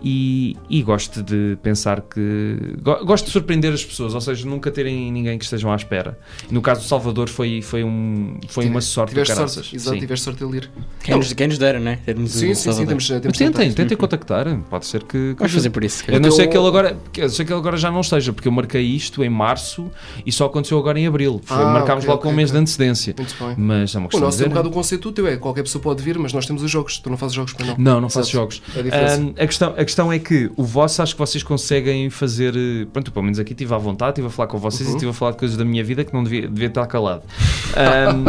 E, e gosto de pensar que. go- Gosto de surpreender as pessoas, ou seja, nunca terem ninguém que estejam à espera. No caso do Salvador, foi, foi, um, foi uma Tive- sorte. do Tiveste caraças. sorte, exato, Sim. tiveste sorte de ele ir. Quem nos, quem nos dera, né? Termos Sim, o sim, sim, Salvador. temos, Mas temos tentem, contacto. tentem contactar, pode ser que. que Vamos fazer por isso. Eu cara. não Então- sei que ele agora, eu sei que ele agora já não esteja, porque eu marquei isto em março e só aconteceu agora em abril. Foi- Ah, marcámos ok, logo com um ok, mês ok. de antecedência. Muito bem. Mas é uma O questão nosso de é um dizer. bocado o conceito teu, é qualquer pessoa pode vir, mas nós temos os jogos. Tu não fazes jogos para não. Não, não faço Exato. jogos. É a diferença. Ahm, a, questão, a questão é que o vosso acho que vocês conseguem fazer. eh, Pronto, pelo menos aqui estive à vontade, estive a falar com vocês Uhum. e estive a falar de coisas da minha vida que não devia, devia estar calado. Ahm,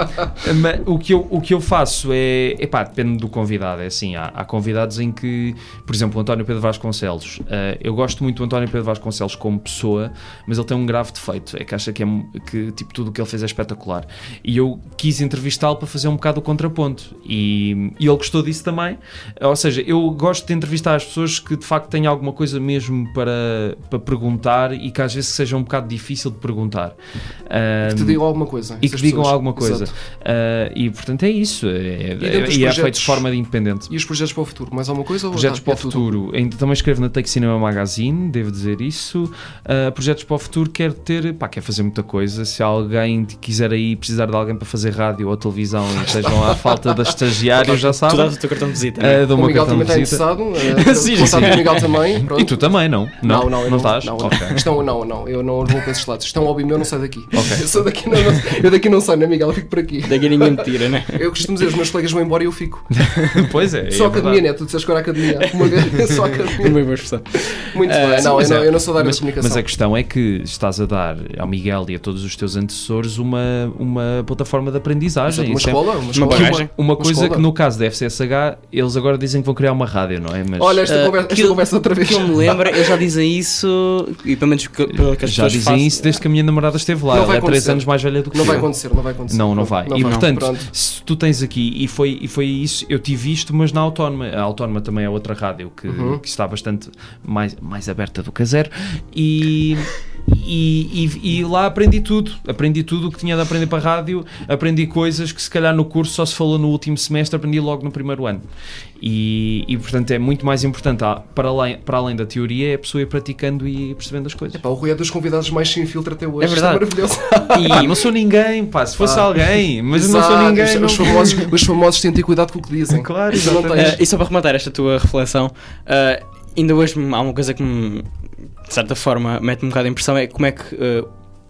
ma- o, que eu, o que eu faço é. Epá, depende do convidado. É assim, há, há convidados em que. Por exemplo, o António Pedro Vasconcelos. ah, eu gosto muito do António Pedro Vasconcelos como pessoa, mas ele tem um grave defeito. É que acha que, é, mu- que tipo, tudo o que ele fez é espetacular. E eu quis entrevistá-lo para fazer um bocado o contraponto. E, e ele gostou disso também. Ou seja, eu gosto de entrevistar as pessoas que de facto têm alguma coisa mesmo para, para perguntar e que às vezes seja um bocado difícil de perguntar. Ah, Que te digam alguma coisa. e que essas digam pessoas. alguma coisa. Exato. Ah, e portanto é isso. É, dentro é- dos e é projetos- feito de forma de independente. E os projetos para o futuro? Mais alguma coisa? ou Projetos tá, para é o tudo? futuro. Ainda também escrevo na Take Cinema Magazine, devo dizer isso. Ah, projetos para o futuro quer ter, pá, quer fazer muita coisa. Se alguém te quiser aí precisar de alguém para fazer rádio ou televisão e estejam à falta de estagiários, já Tu sabem. dás o teu cartão de visita. né? Ah, dou O uma Miguel cartão também de está visita. interessado. Sim, Uh, sim. contato do Miguel também. E pronto. tu também, não? Não, não, eu não estás? Não, Ok. não. Estão, não, não, eu não vou para esses lados. Estão ao meu, não sai daqui. Eu, sou daqui não, não- eu daqui não saio, né, Miguel? Eu fico por aqui. Daqui ninguém me tira, né? Eu costumo dizer, os meus colegas vão embora e eu fico. Pois é. Só é academia, né? verdade. Tu disseste que era academia. Uma vez, só academia. Uma boa expressão. Muito Eh, bem. sim, Não, eu Mas não, é- eu não sou da área mas, de comunicação. Mas a questão é que estás a dar ao Miguel e a todos os teus antecessores uma, uma plataforma de aprendizagem. Uma Isso é- escola? Uma Uma escola? bagagem. Uma Uma coisa escola. que no caso da FCSH, eles agora dizem que vão criar uma rádio, não é? Mas Olha, esta, Eh, conversa, que esta eu- conversa outra vez. que eu me lembro, eles já dizem isso, e pelo menos que, pelo que as já pessoas dizem fazem- isso desde que a minha namorada esteve lá. Não Ela vai é 3 acontecer. anos mais velha do que Não vai eu. acontecer, não vai acontecer. Não, não vai. e portanto, Pronto. se tu tens aqui, e foi, e foi isso, eu tive isto, mas na Autónoma. A Autónoma também é outra rádio que, que está bastante mais, mais aberta do que a zero. E. E, e- e lá aprendi tudo, aprendi tudo o que tinha de aprender para a rádio, aprendi coisas que se calhar no curso só se falou no último semestre, aprendi logo no primeiro ano. E, e, portanto é muito mais importante, ah, para além, para além da teoria, é a pessoa ir praticando e percebendo as coisas. Pá, o Rui é dos convidados mais sem filtro até hoje. É verdade. Isto é maravilhoso. E não sou ninguém, pá, se fosse alguém, mas eu não sou Exato, é- ninguém. Os, não- os famosos, os famosos têm de ter cuidado com o que dizem. Claro, Isso não exatamente. tens. Eh, e só para rematar esta tua reflexão, eh, ainda hoje me- há uma coisa que me, de certa forma, mete-me um bocado a impressão: é como é que. eh,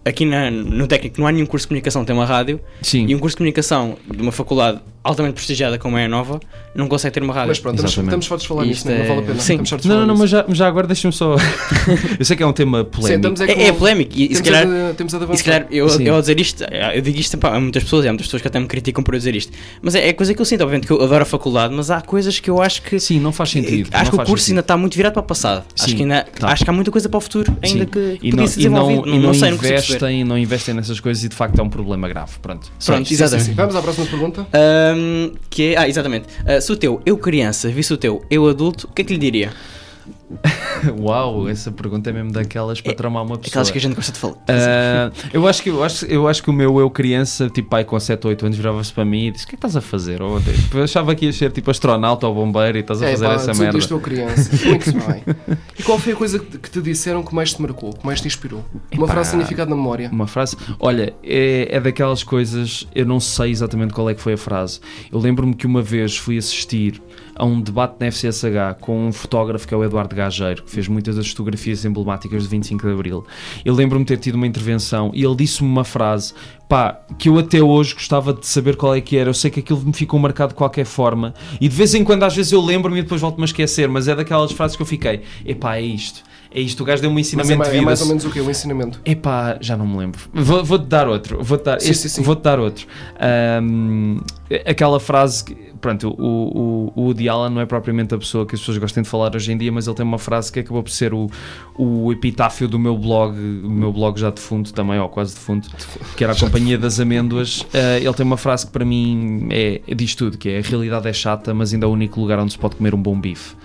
Aqui na- no técnico não há nenhum curso de comunicação, tem uma rádio Sim. e um curso de comunicação de uma faculdade altamente prestigiada como é a nova, não consegue ter uma rádio. Mas pronto, estamos, Exatamente. estamos fartos de falar nisso, Isto não, não é- vale a pena. Sim. Estamos fartos de Não, falar não, não, nisso. mas já, mas já agora deixa-me só. eu sei que é um tema Sim, polémico. estamos é, com- é, é polémico e, e se temos calhar. a de- temos a de E se calhar, avançar. eu, Sim. eu ao dizer isto, eh, eu digo isto pá, a muitas pessoas, e há muitas pessoas que até me criticam por eu dizer isto, mas é, é coisa que eu sinto, obviamente que eu adoro a faculdade, mas há coisas que eu acho que. Sim, não faz sentido. Eh, acho não que o faz curso sentido. ainda está muito virado para o passado. acho, Sim, que ainda, tá. acho que há muita coisa para o futuro ainda Sim. que, que e podia não, ser e não, desenvolvido. e não, sei, não consigo perceber. investem, não investem nessas coisas e de facto é um problema grave. Pronto. Só Pronto, isto. exatamente. Sim, Vamos à próxima pergunta. Ahm, que é, ah, exatamente. Ah, se o teu eu criança visse o teu eu adulto, o que é que lhe diria? Uau, essa pergunta é mesmo daquelas para tramar uma pessoa. Aquelas que a gente gosta de falar. Ah, eu, acho que, eu, acho, eu acho que o meu eu criança, tipo pai com 7 ou 8 anos, virava-se para mim e disse: O que é que estás a fazer? Ou, tipo, eu achava que ia ser tipo astronauta ou bombeiro e estás a É, fazer pá, essa merda. desentiste-me a criança. Muito bem. E qual foi a coisa que que te disseram que mais te marcou, que mais te inspirou? Uma Epá. frase significada na memória. Uma frase? Olha, é, é daquelas coisas, eu não sei exatamente qual é que foi a frase. Eu lembro-me que uma vez fui assistir a um debate na FCSH com um fotógrafo que é o Eduardo Gageiro, que fez muitas das fotografias emblemáticas de 25 de Abril. Eu lembro-me de ter tido uma intervenção e ele disse-me uma frase, pá, que eu até hoje gostava de saber qual é que era. Eu sei que aquilo me ficou marcado de qualquer forma e de vez em quando às vezes eu lembro-me e depois volto-me a esquecer, mas é daquelas frases que eu fiquei, epá, é isto. É isto, o gajo deu-me um Mas ensinamento é, ma- é de vida. mais ou menos o que? O ensinamento. Epá, já não me lembro. Vou- Vou-te dar outro. Vou-te dar, Sim, este- sim, sim. Vou-te dar outro. Ahm, aquela frase que. Pronto, o, o, o Woody Allen não é propriamente a pessoa que as pessoas gostem de falar hoje em dia, mas ele tem uma frase que acabou por ser o, o epitáfio do meu blog, o meu blog já defunto também, ou quase defunto, que era a Companhia das Amêndoas. Ah, ele tem uma frase que para mim é, diz tudo, que é a realidade é chata, mas ainda é o único lugar onde se pode comer um bom bife.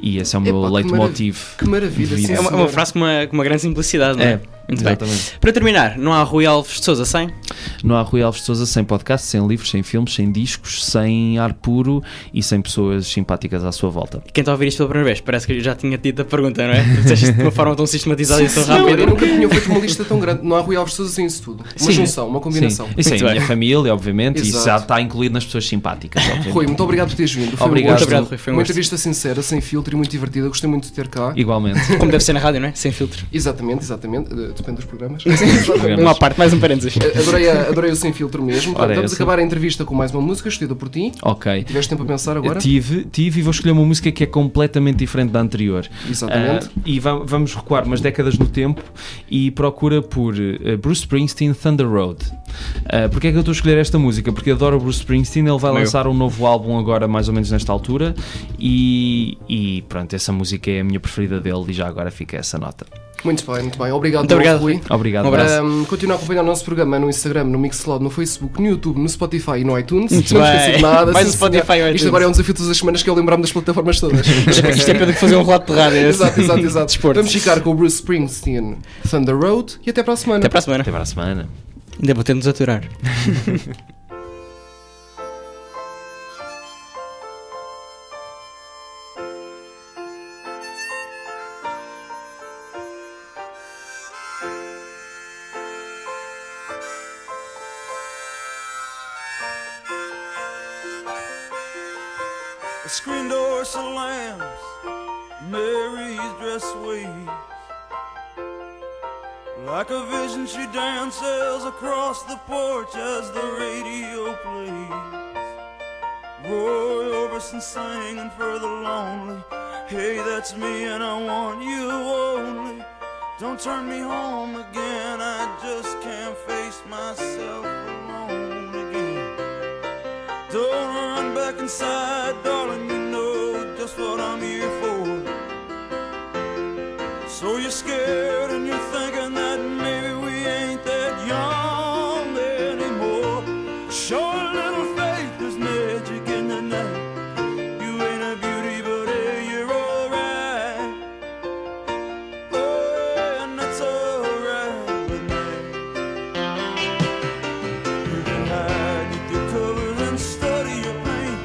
E esse é o meu Epá, que leitmotiv. Que maravilha, sim, Vida. é uma, é uma senhor. frase com uma, com uma grande simplicidade, não é? É, Muito bem. exatamente. Para terminar, não há Rui Alves de Souza sem? Não há Rui Alves de Souza sem podcast, sem livros, sem filmes, sem discos, sem ar puro e sem pessoas simpáticas à sua volta. Quem está a ouvir isto pela primeira vez, parece que eu já tinha tido a pergunta, não é? Disseste isto de uma forma tão sistematizada e tão Não, eu rápida. nunca tinha feito uma lista tão grande. Não há Rui Alves Sousa sem isso tudo. Uma Sim. junção, uma combinação. Sim. Isso é Muito a bem. minha família, obviamente, e Exato. isso já está incluído nas pessoas simpáticas. obviamente. Rui, muito obrigado por teres vindo. Foi Obrigado. um gosto. Muito obrigado, Rui, foi um uma gosto. entrevista sincera, sem filtro e muito divertida. Gostei muito de ter cá. Igualmente. Como deve ser na rádio, não é? Sem filtro. Exatamente, exatamente. Eh, Depende dos programas. Eh, Uma à parte, mais um parênteses. adorei, a- adorei o sem filtro mesmo. Ora, Portanto, vamos essa. acabar a entrevista com mais uma música escolhida por ti. ok. Tiveste tempo a pensar agora? Tive, tive e vou escolher uma música que é completamente diferente da anterior. Exatamente. Ah, e va- vamos recuar umas décadas no tempo e procura por eh, Bruce Springsteen Thunder Road. Ah, Porquê é que eu estou a escolher esta música? Porque eu adoro o Bruce Springsteen, ele vai Também eu. lançar um novo álbum agora, mais ou menos nesta altura, e, e pronto, essa música é a minha preferida dele e já agora fica essa nota. Muito bem, muito bem. Obrigado, Muito obrigado. Rui. Obrigado. Um abraço. Brás. Um, continua a acompanhar o nosso programa no Instagram, no Mixcloud, no Facebook, no YouTube, no Spotify e no iTunes. Muito não me bem. esqueça de nada. Mais sim, o Spotify e senhor. iTunes. Isto agora é um desafio todas as semanas que eu lembrar-me das plataformas todas. Isto é Pedro que fazer um relato de rádio. exato, exato, exato. Desporto. Vamos ficar com o Bruce Springsteen, Thunder Road e até para a semana. Até para a semana. Até para a semana. Ainda vou ter de nos aturar. The screen door slams, Mary's dress waves. Like a vision, she dances across the porch as the radio plays. Roy Orbison singing for the lonely. Hey, that's me, and I want you only. Don't turn me home again, I just can't face myself alone again. Don't run back inside, darling, you know just what I'm here for. So you're scared and you're thinking that maybe we ain't that young anymore. Show a little faith, there's magic in the night. You ain't a beauty, but hey, you're alright. Oh, and that's alright with me. You can hide with your covers and study your pain.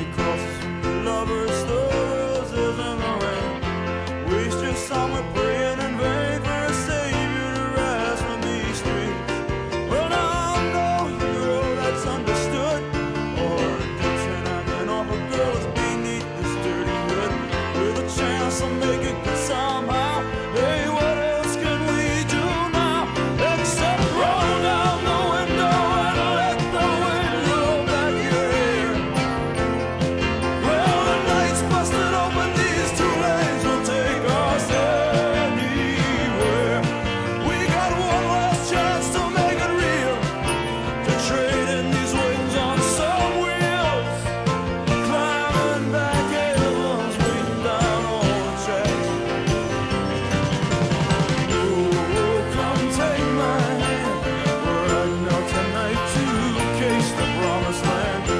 Because the lovers, the roses in the rain. Waste your summer praying in vain for a savior to rise from these streets. Well, now I know you're all that's understood. promised land.